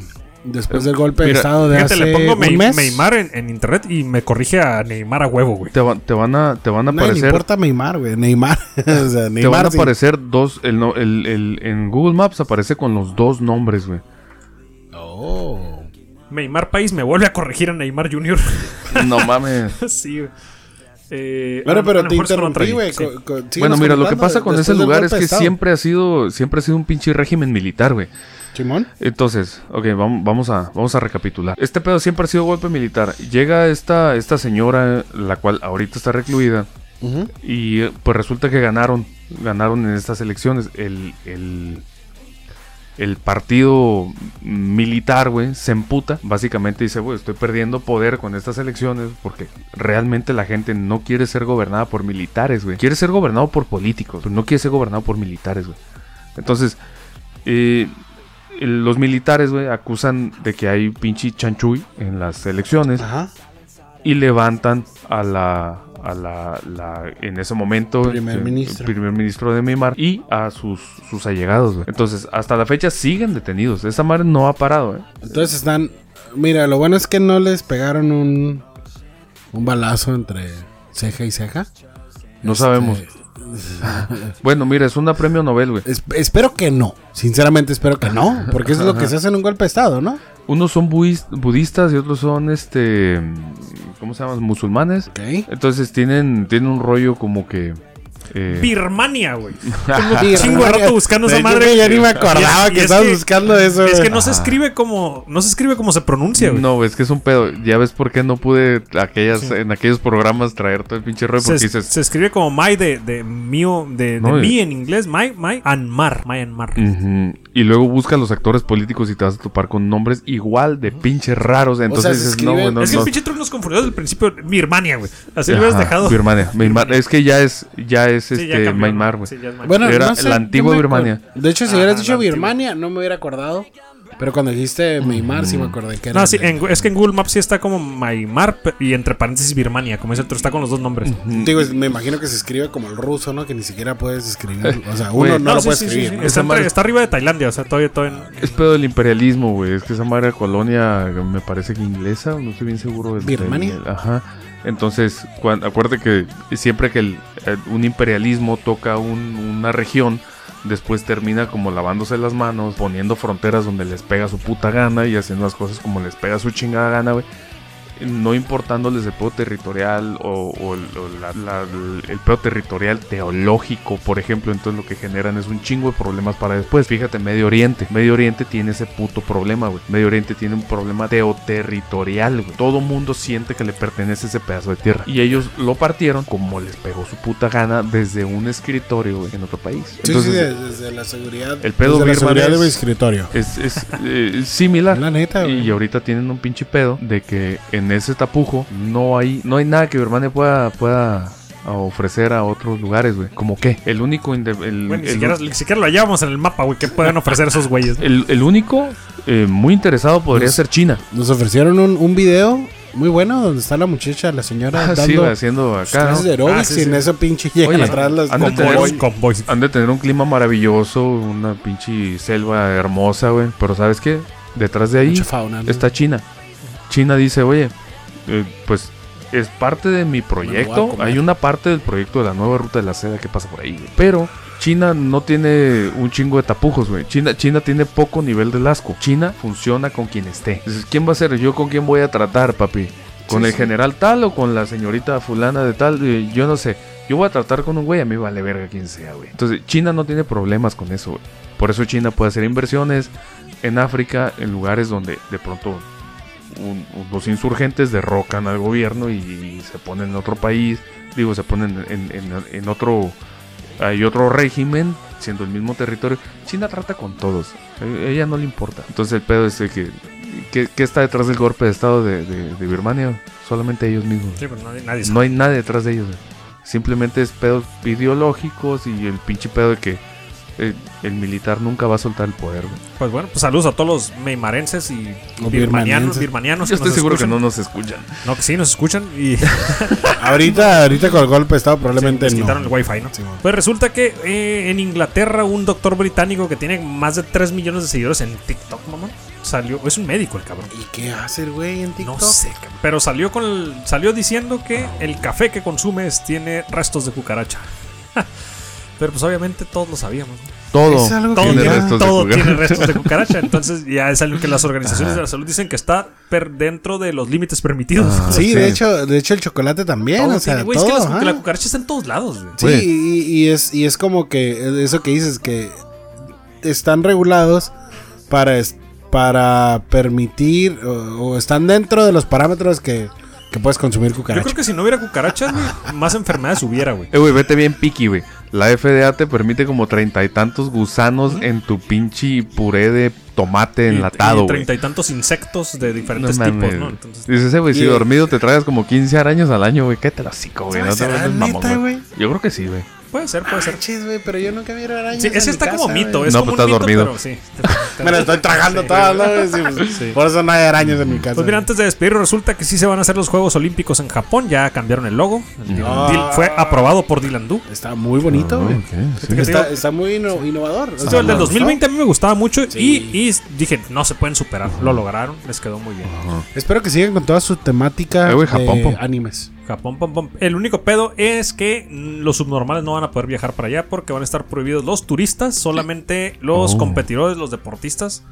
Speaker 3: Después del golpe de
Speaker 4: Mira,
Speaker 3: estado de
Speaker 2: Fíjate,
Speaker 3: hace
Speaker 2: le pongo
Speaker 3: un
Speaker 2: Ney-
Speaker 3: mes.
Speaker 2: Neymar en, en internet y me corrige a Neymar a huevo, güey.
Speaker 4: Te, va- te van a, te van
Speaker 3: No
Speaker 4: a
Speaker 3: le
Speaker 4: aparecer.
Speaker 3: importa Neymar, güey. Neymar. o sea,
Speaker 4: Te van
Speaker 3: Neymar.
Speaker 4: a
Speaker 3: sí.
Speaker 4: aparecer dos. El, no- el- el- en Google Maps aparece con los dos nombres, güey.
Speaker 3: Oh.
Speaker 2: Neymar País me vuelve a corregir a Neymar Junior.
Speaker 4: No mames.
Speaker 2: sí, güey. Eh,
Speaker 3: Bueno,
Speaker 2: a- a
Speaker 3: pero
Speaker 2: lo
Speaker 3: te
Speaker 2: mejor eso no lo traí,
Speaker 3: interrumpí, güey.
Speaker 2: sí.
Speaker 3: co- co- síguenos
Speaker 4: Bueno, mira, lo que
Speaker 3: contando
Speaker 4: pasa con
Speaker 3: después
Speaker 4: ese
Speaker 3: del
Speaker 4: lugar
Speaker 3: golpe
Speaker 4: es
Speaker 3: de
Speaker 4: que
Speaker 3: estado.
Speaker 4: siempre ha sido, siempre ha sido un pinche régimen militar, güey.
Speaker 3: Simón.
Speaker 4: Entonces, ok, vam- vamos, a, vamos a recapitular. Este pedo siempre ha sido golpe militar. Llega esta, esta señora, la cual ahorita está recluida,
Speaker 3: Ujú.
Speaker 4: y eh, pues resulta que ganaron, ganaron en estas elecciones. El, el, el partido militar, güey, se emputa. Básicamente dice, güey, estoy perdiendo poder con estas elecciones porque realmente la gente no quiere ser gobernada por militares, güey. Quiere ser gobernado por políticos, pero no quiere ser gobernado por militares, güey. Entonces, eh, el- los militares, güey, acusan de que hay pinche chanchuy en las elecciones
Speaker 3: Ajá.
Speaker 4: y levantan a la a la, la- en ese momento
Speaker 3: Primer
Speaker 4: eh,
Speaker 3: ministro.
Speaker 4: primer ministro de Myanmar y a sus sus allegados güey. entonces hasta la fecha siguen detenidos esa madre no ha parado ¿eh?
Speaker 3: Entonces están. Mira, lo bueno es que no les pegaron un. Un balazo entre ceja y ceja.
Speaker 4: no sabemos
Speaker 3: Eh,
Speaker 4: bueno mira es una premio Nobel güey
Speaker 3: Este, es- espero que no. Sinceramente, espero que no. Porque eso es lo que se hace en un golpe de estado, ¿no?
Speaker 4: unos son buis- budistas y otros son este mm, cómo se llaman musulmanes
Speaker 3: Ok.
Speaker 4: entonces tienen tienen un rollo como que eh,
Speaker 2: Birmania, güey.
Speaker 3: Sí,
Speaker 2: chingo de rato buscando esa
Speaker 3: Yo
Speaker 2: madre.
Speaker 3: que Ya ni me
Speaker 2: Y
Speaker 3: acordaba
Speaker 2: es- y
Speaker 3: que
Speaker 2: es
Speaker 3: estabas
Speaker 2: que-
Speaker 3: buscando eso.
Speaker 2: Es que
Speaker 3: güey.
Speaker 2: no se escribe como. No se escribe como se pronuncia, güey.
Speaker 4: No, es que es un pedo. Ya ves por qué no pude aquellas, en aquellos programas traer todo el pinche rollo.
Speaker 2: Se,
Speaker 4: Porque
Speaker 2: es-
Speaker 4: dices,
Speaker 2: se escribe como my de, de mío, de, de
Speaker 4: No, y-
Speaker 2: mí en inglés, my, my, and mar, my and mar.
Speaker 4: Ujú. Y luego buscas los actores políticos y te vas a topar con nombres igual de pinches raros. Entonces
Speaker 3: sea, se
Speaker 4: dices, no,
Speaker 3: escribe-
Speaker 4: güey, no,
Speaker 2: es que
Speaker 4: no.
Speaker 2: el pinche truco nos confundió desde el principio. Birmania, güey. Así lo hubieras
Speaker 4: Ajá,
Speaker 2: dejado.
Speaker 4: Birmania. Birmania. Es que ya es, ya es
Speaker 2: Sí, ya
Speaker 4: este,
Speaker 2: cambió.
Speaker 4: Myanmar, güey.
Speaker 2: Sí, ya es Myanmar.
Speaker 3: Bueno,
Speaker 4: Era
Speaker 3: no sé,
Speaker 4: la
Speaker 3: yo
Speaker 4: antigua
Speaker 3: me acuer-
Speaker 4: Birmania.
Speaker 3: De hecho, si
Speaker 2: Ajá,
Speaker 3: hubieras
Speaker 2: Ah, la
Speaker 3: dicho
Speaker 2: antigua.
Speaker 3: Birmania, no me hubiera acordado. Pero cuando dijiste Neymar, sí me acordé que era.
Speaker 2: no, sí,
Speaker 3: de-
Speaker 2: en- es que en Google Maps sí está como Maimar pe- y entre paréntesis Birmania, como dice el otro, está con los dos nombres.
Speaker 3: Digo, me imagino que se escribe como el ruso, ¿no? Que ni siquiera puedes escribir. O sea, uno
Speaker 4: Güey.
Speaker 3: no,
Speaker 2: No,
Speaker 3: lo
Speaker 2: sí,
Speaker 3: puede
Speaker 2: sí, sí,
Speaker 3: escribir.
Speaker 2: sí.
Speaker 3: ¿no?
Speaker 2: Está,
Speaker 4: Esa madre-
Speaker 2: entre- está arriba de Tailandia, o sea, todavía, todavía en-
Speaker 4: Es pedo del imperialismo, güey. Es que esa madre cololonia me parece que inglesa, no estoy bien seguro. del-
Speaker 3: Birmania.
Speaker 4: del- ajá. Entonces, cuan- acuérdate que siempre que el- eh, un imperialismo toca un- una región, después termina como lavándose las manos, poniendo fronteras donde les pega su puta gana y haciendo las cosas como les pega su chingada gana, güey. No importándoles el pedo territorial o, o el- o la- la- el pedo territorial teológico, por ejemplo, entonces lo que generan es un chingo de problemas para después. Fíjate, Medio Oriente. Medio Oriente tiene ese puto problema, güey. Medio Oriente tiene un problema teoterritorial, güey. Todo mundo siente que le pertenece ese pedazo de tierra. Y ellos lo partieron como les pegó su puta gana desde un escritorio, güey, en otro país.
Speaker 3: Sí,
Speaker 4: Entonces,
Speaker 3: sí, de- desde la seguridad.
Speaker 4: el pedo
Speaker 3: desde la
Speaker 4: birman
Speaker 3: seguridad
Speaker 4: es-
Speaker 3: de mi escritorio.
Speaker 4: es, es, eh, similar.
Speaker 3: La neta, güey.
Speaker 4: Y ahorita tienen un pinche pedo de que en ese tapujo no hay, no hay nada que Birmania pueda, pueda ah, ofrecer a otros lugares, güey. ¿Como qué? El único... inde- el-
Speaker 2: Güey, ni,
Speaker 4: el-
Speaker 2: siquiera, ni siquiera lo hallábamos en el mapa, güey. ¿Qué pueden ofrecer esos güeyes?
Speaker 4: el- el único eh, muy interesado podría
Speaker 3: Pues-
Speaker 4: ser China.
Speaker 3: Nos ofrecieron un, un video muy bueno donde está la muchacha, la señora,
Speaker 4: Ah,
Speaker 3: dando
Speaker 4: sí, güey, haciendo
Speaker 3: sus
Speaker 4: acá.
Speaker 3: pues, clases
Speaker 4: ¿no?
Speaker 3: de aeróbics
Speaker 2: Ah, sí,
Speaker 3: y en
Speaker 2: sí.
Speaker 3: eso pinche llegan
Speaker 4: Oye,
Speaker 3: atrás las
Speaker 4: han de tener
Speaker 3: convoys.
Speaker 2: Convoys, convoys.
Speaker 4: Han de tener un clima maravilloso, una pinche selva hermosa, güey. Pero ¿sabes qué? Detrás de ahí...
Speaker 3: Mucha fauna. ¿no?
Speaker 4: está China. China dice, oye, eh, pues es parte de mi proyecto.
Speaker 3: comer.
Speaker 4: Hay una parte del proyecto de la nueva ruta de la seda que pasa por ahí. güey. Pero China no tiene un chingo de tapujos, güey. China, China tiene poco nivel de lasco. China funciona con quien esté. Dices, ¿quién va a ser? ¿Yo con quién voy a tratar, papi? ¿Con el general tal o con la señorita fulana de tal? Eh, yo no sé. Yo voy a tratar con un güey, a mí vale verga quien sea, güey. Entonces, China no tiene problemas con eso, güey. Por eso China puede hacer inversiones en África, en lugares donde de pronto un- un- los insurgentes derrocan al gobierno y, y se ponen en otro país, digo, se ponen en, en- en otro, hay otro régimen, siendo el mismo territorio. China trata con todos, eh, ella no le importa. Entonces el pedo es de que, que, que está detrás del golpe de estado de, de- de Birmania, solamente ellos mismos.
Speaker 2: Sí, pero nadie, nadie
Speaker 4: No hay nadie detrás de ellos. güey. Simplemente es pedos ideológicos y el pinche pedo de que eh, el militar nunca va a soltar el poder. güey.
Speaker 2: Pues bueno, pues saludos a todos los meimarenses y
Speaker 3: O
Speaker 2: birmanianos,
Speaker 3: birmanenses.
Speaker 2: birmanianos.
Speaker 4: Yo estoy
Speaker 2: nos
Speaker 4: seguro que no
Speaker 2: escuchan.
Speaker 4: nos escuchan.
Speaker 2: No, que sí, nos escuchan y
Speaker 3: Ahorita, ahorita con el golpe de estado probablemente
Speaker 2: les
Speaker 3: no.
Speaker 2: quitaron el wifi, ¿no?
Speaker 3: Sí, bueno.
Speaker 2: Pues resulta que eh, en Inglaterra un doctor británico que tiene más de 3 millones de seguidores en TikTok, mamá. O salió. Es un médico el cabrón.
Speaker 3: ¿Y qué hace el güey en TikTok?
Speaker 2: No sé, cabrón. pero salió con el- salió diciendo que el café que consumes tiene restos de cucaracha. pero pues obviamente todos lo sabíamos. ¿no?
Speaker 4: Todo
Speaker 3: Es algo que
Speaker 2: Todo,
Speaker 3: Tiene
Speaker 2: tiene,
Speaker 3: restos
Speaker 2: todo
Speaker 4: cucar-
Speaker 2: tiene restos de cucaracha. Entonces ya es algo que las organizaciones de la salud dicen que está per- dentro de los límites permitidos.
Speaker 4: Ah,
Speaker 3: Sí, de
Speaker 4: sí.
Speaker 3: hecho, de hecho el chocolate también,
Speaker 2: Todo
Speaker 3: o sea,
Speaker 2: tiene, güey,
Speaker 3: todo,
Speaker 2: es que las-
Speaker 3: ajá.
Speaker 2: la, cucaracha está en todos lados. güey.
Speaker 3: Sí,
Speaker 4: Güey.
Speaker 3: y, y es, y es como que eso que dices, que están regulados para, es- para permitir o, o están dentro de los parámetros que, que puedes consumir
Speaker 2: Yo creo
Speaker 3: cucaracha.
Speaker 2: que si no hubiera cucarachas, güey, más enfermedades hubiera, güey.
Speaker 4: Eh, güey, vete bien piqui, güey. La FDA te permite como treinta y tantos gusanos en tu pinche puré de tomate
Speaker 2: Y-
Speaker 4: enlatado,
Speaker 2: y
Speaker 4: güey.
Speaker 2: Treinta y tantos insectos de
Speaker 4: No
Speaker 2: diferentes tipos,
Speaker 4: mames.
Speaker 2: ¿no? Entonces,
Speaker 4: Dices, "Eh, güey, si
Speaker 3: Y-
Speaker 4: dormido te traes como 15 arañas al año, güey. Qué te lo hocico, güey. No te
Speaker 3: ¿Será
Speaker 4: vuelvas mamón,
Speaker 3: neta,
Speaker 4: güey.
Speaker 3: güey?
Speaker 4: Yo creo que sí, güey.
Speaker 2: puede ser, puede ser.
Speaker 3: Manches, güey, pero yo nunca vi arañas
Speaker 2: Sí,
Speaker 3: en
Speaker 2: ese
Speaker 3: mi
Speaker 2: está como
Speaker 3: casa,
Speaker 2: mito, eh.
Speaker 3: güey.
Speaker 2: es
Speaker 4: No,
Speaker 2: como
Speaker 4: pues
Speaker 2: un
Speaker 4: estás
Speaker 2: mito,
Speaker 4: dormido.
Speaker 2: pero sí.
Speaker 3: Me la estoy tragando
Speaker 2: Sí,
Speaker 3: todas,
Speaker 2: güey.
Speaker 3: ¿no? Sí, pues,
Speaker 2: Sí.
Speaker 3: Por eso no hay arañas en mi casa.
Speaker 2: Pues mira, antes de despedirnos, resulta que sí se van a hacer los Juegos Olímpicos en Japón. Ya cambiaron el logo. El Dylan-
Speaker 3: Ah.
Speaker 2: Dil- fue aprobado por Dylan Du.
Speaker 3: está muy bonito, güey.
Speaker 2: ¿Qué te
Speaker 3: Ah, Está,
Speaker 2: digo?
Speaker 3: está muy inno- innovador. O
Speaker 2: Esto,
Speaker 3: sea,
Speaker 2: el del
Speaker 3: me gustó.
Speaker 2: 2020 a mí me gustaba mucho
Speaker 3: Sí.
Speaker 2: y, y dije, no se pueden superar. Lo lograron, les quedó muy bien.
Speaker 3: Espero que sigan con toda su temática
Speaker 4: Eh, güey, Japón,
Speaker 3: de
Speaker 4: pom.
Speaker 3: animes.
Speaker 2: Japón, pom, pom. El único pedo es que mm, los subnormales no van a poder viajar para allá porque van a estar prohibidos los turistas, solamente los
Speaker 4: Oh.
Speaker 2: competidores, los deportistas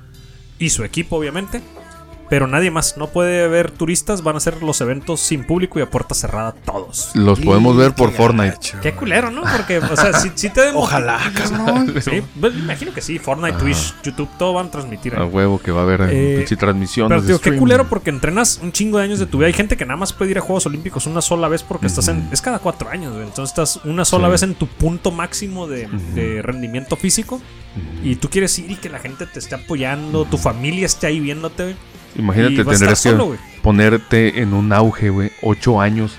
Speaker 2: y su equipo, obviamente. Pero nadie más, no puede haber turistas, van a ser los eventos sin público y a puerta cerrada todos.
Speaker 4: Los podemos ver por Fortnite.
Speaker 2: Qué culero, ¿no? Porque, o sea, si, si te demo-
Speaker 3: Ojalá, cabrón.
Speaker 2: Sí, pues, me imagino que sí, Fortnite, Twitch, YouTube, todo van a transmitir.
Speaker 3: Ah,
Speaker 2: ahí.
Speaker 4: A huevo que va a haber eh,
Speaker 2: Eh,
Speaker 4: pinche transmisión.
Speaker 2: Pero tío, qué culero porque entrenas un chingo de años de tu vida. Hay gente que nada más puede ir a Juegos Olímpicos una sola vez porque estás en. Es cada cuatro años, güey. Entonces estás una sola
Speaker 4: Sí.
Speaker 2: vez en tu punto máximo de, de rendimiento físico. Y tú quieres ir y que la gente te esté apoyando, tu familia esté ahí viéndote, güey. y
Speaker 4: Imagínate,
Speaker 2: vas a estar
Speaker 4: tendrías que
Speaker 2: solo, güey.
Speaker 4: ponerte en un auge, güey. Ocho años.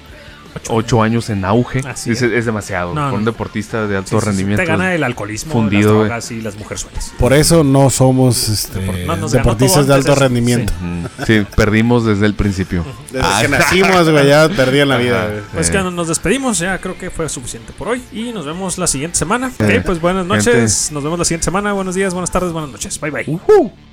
Speaker 2: Ocho
Speaker 4: Ocho años en auge.
Speaker 2: Así
Speaker 4: Es,
Speaker 2: es.
Speaker 4: es demasiado.
Speaker 2: No,
Speaker 4: Para un
Speaker 2: no.
Speaker 4: deportista de
Speaker 2: Sí,
Speaker 4: alto
Speaker 2: sí, sí,
Speaker 4: rendimiento.
Speaker 2: Te gana el alcoholismo,
Speaker 4: fundido,
Speaker 2: las
Speaker 4: güey.
Speaker 2: drogas y las mujerzuelas.
Speaker 3: Por eso no somos este,
Speaker 2: Depor- no, nos ganó todo
Speaker 3: deportistas de
Speaker 2: antes
Speaker 3: alto
Speaker 2: eso,
Speaker 3: rendimiento.
Speaker 4: Mm, Sí, perdimos desde el principio.
Speaker 3: Desde que nacimos, güey, ya perdí en la vida.
Speaker 4: Ajá.
Speaker 3: güey.
Speaker 2: Pues
Speaker 4: Eh.
Speaker 2: que nos despedimos, ya creo que fue suficiente por hoy y nos vemos la siguiente semana.
Speaker 4: Eh,
Speaker 2: Ok, pues buenas
Speaker 4: gente.
Speaker 2: noches, nos vemos la siguiente semana, buenos días, buenas tardes, buenas noches, bye bye.
Speaker 4: Ujú.